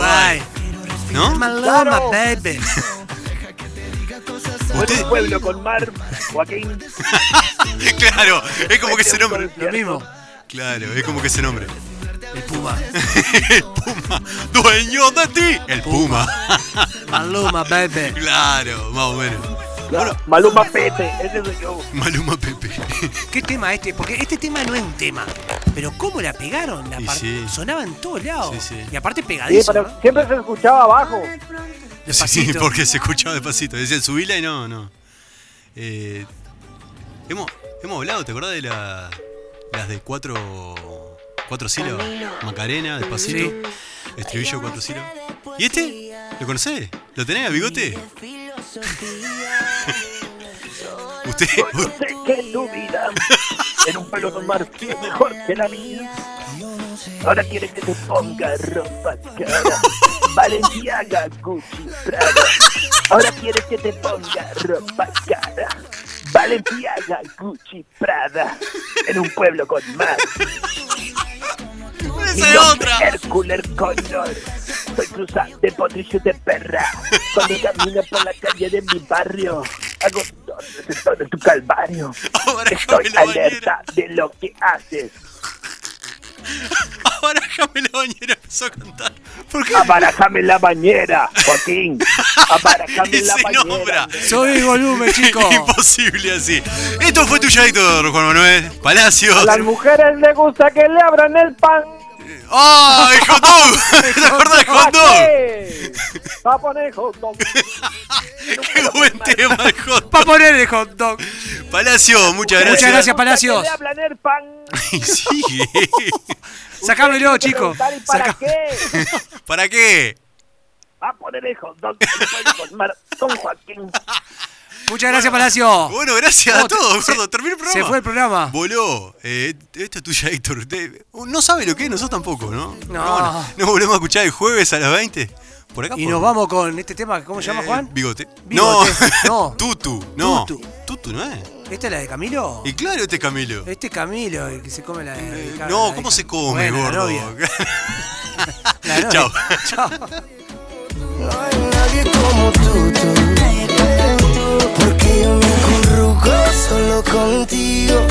[SPEAKER 5] ¿No?
[SPEAKER 3] Claro,
[SPEAKER 4] baby.
[SPEAKER 3] en
[SPEAKER 5] Usted,
[SPEAKER 3] un pueblo con mar. Joaquín.
[SPEAKER 5] (laughs) claro, es como que se nombran.
[SPEAKER 4] Lo mismo.
[SPEAKER 5] Claro, es como que se nombran.
[SPEAKER 4] El Puma.
[SPEAKER 5] (laughs) El Puma, dueño de ti. El Puma. (laughs)
[SPEAKER 4] Maluma, baby.
[SPEAKER 5] Claro, más o menos. Bueno,
[SPEAKER 3] Maluma Pepe. Ese soy yo.
[SPEAKER 5] Maluma Pepe.
[SPEAKER 4] ¿Qué tema este? Porque este tema no es un tema. Pero cómo la pegaron, la
[SPEAKER 5] Y
[SPEAKER 4] par-
[SPEAKER 5] sí.
[SPEAKER 4] sonaba en todos lados.
[SPEAKER 5] Sí, sí.
[SPEAKER 4] Y aparte
[SPEAKER 3] Sí,
[SPEAKER 4] pegadizo.
[SPEAKER 3] pero
[SPEAKER 4] ¿no?
[SPEAKER 3] siempre se escuchaba abajo.
[SPEAKER 5] Sí, sí,
[SPEAKER 4] Despacito.
[SPEAKER 5] porque se escuchaba despacito. Decían subila y no, no. Eh, hemos, hemos hablado, ¿te acordás de la- las de cuatro, cuatro sílabas? Macarena, despacito, estribillo, cuatro sílabas. ¿Y este? ¿Lo conocés? ¿Lo tenés a bigote? (laughs) Usted,
[SPEAKER 3] Sé que tu vida en un pueblo con mar es mejor que la mía. Ahora quieres que te ponga ropa cara. Valenciaga, Gucci, Prada. Ahora quieres que te ponga ropa cara. Valenciaga, Gucci, Prada. En un pueblo con mar. Mi
[SPEAKER 5] (laughs) esa es
[SPEAKER 3] nombre
[SPEAKER 5] otra.
[SPEAKER 3] Hércules Condor. Soy cruzante, potrillo de perra. Cuando camino por la calle de mi barrio, hago todo- todo tu calvario.
[SPEAKER 5] Ahora (laughs)
[SPEAKER 3] Estoy
[SPEAKER 5] déjame la bañera.
[SPEAKER 3] alerta de lo que haces.
[SPEAKER 5] Ahora déjame la bañera. Empezó a cantar. ¿Por qué?
[SPEAKER 3] Abarajame la bañera,
[SPEAKER 5] (laughs)
[SPEAKER 3] Joaquín. Abarajame
[SPEAKER 5] Y (laughs)
[SPEAKER 3] la
[SPEAKER 5] se
[SPEAKER 3] bañera.
[SPEAKER 5] nombra.
[SPEAKER 4] Soy
[SPEAKER 5] (laughs)
[SPEAKER 4] volumen, chico.
[SPEAKER 5] Imposible así. Esto fue tuya, Héctor, Juan Manuel. Palacios.
[SPEAKER 3] A las mujeres les gusta que le abran el pan.
[SPEAKER 5] ¡Ah! ¡El hot dog! ¿Te acordás del hot dog?
[SPEAKER 3] ¡Eh! Va a poner hot dog.
[SPEAKER 5] ¡Qué buen tema el hot
[SPEAKER 4] Va a
[SPEAKER 5] dog!
[SPEAKER 4] poner el hot dog.
[SPEAKER 5] Palacio, muchas gracias.
[SPEAKER 4] Muchas gracias,
[SPEAKER 3] Que
[SPEAKER 4] Palacios.
[SPEAKER 3] le abran el pan.
[SPEAKER 5] Y (laughs) sigue.
[SPEAKER 4] Sacámelo,
[SPEAKER 3] Hay que
[SPEAKER 4] chico.
[SPEAKER 3] preguntar, ¿Y para
[SPEAKER 4] Saca-
[SPEAKER 3] qué?
[SPEAKER 5] ¿Para qué?
[SPEAKER 3] Va a poner el hot dog. Con Joaquín.
[SPEAKER 4] Muchas gracias, Palacio.
[SPEAKER 5] Bueno, gracias a
[SPEAKER 4] Oh, te-
[SPEAKER 5] todos,
[SPEAKER 4] se-
[SPEAKER 5] gordo. Terminó el programa.
[SPEAKER 4] Se fue el programa.
[SPEAKER 5] Voló. Eh, esto es tuya, Héctor. Usted uh, no sabe lo que es, nosotros tampoco, ¿no? Pero
[SPEAKER 4] No.
[SPEAKER 5] bueno, nos volvemos a escuchar el jueves a las 20. Por acá.
[SPEAKER 4] Y
[SPEAKER 5] por-
[SPEAKER 4] nos vamos con este tema, ¿cómo se llama
[SPEAKER 5] eh,
[SPEAKER 4] Juan?
[SPEAKER 5] Bigote.
[SPEAKER 4] Bigote.
[SPEAKER 5] No.
[SPEAKER 4] No.
[SPEAKER 5] (laughs) Tutu. No.
[SPEAKER 4] Tutu.
[SPEAKER 5] Tutu, ¿no es?
[SPEAKER 4] ¿Esta es la de Camilo?
[SPEAKER 5] Y claro, este es Camilo.
[SPEAKER 4] Este es Camilo, el que se come la de
[SPEAKER 5] Eh,
[SPEAKER 4] Ricardo, la
[SPEAKER 5] No,
[SPEAKER 4] de
[SPEAKER 5] ¿cómo se
[SPEAKER 4] Camilo.
[SPEAKER 5] come,
[SPEAKER 4] Bueno, la
[SPEAKER 5] gordo?
[SPEAKER 4] novia,
[SPEAKER 5] (laughs)
[SPEAKER 4] la novia.
[SPEAKER 5] Chao.
[SPEAKER 4] Chao.
[SPEAKER 12] No hay nadie como tú, tú. Porque yo me acurruco solo contigo.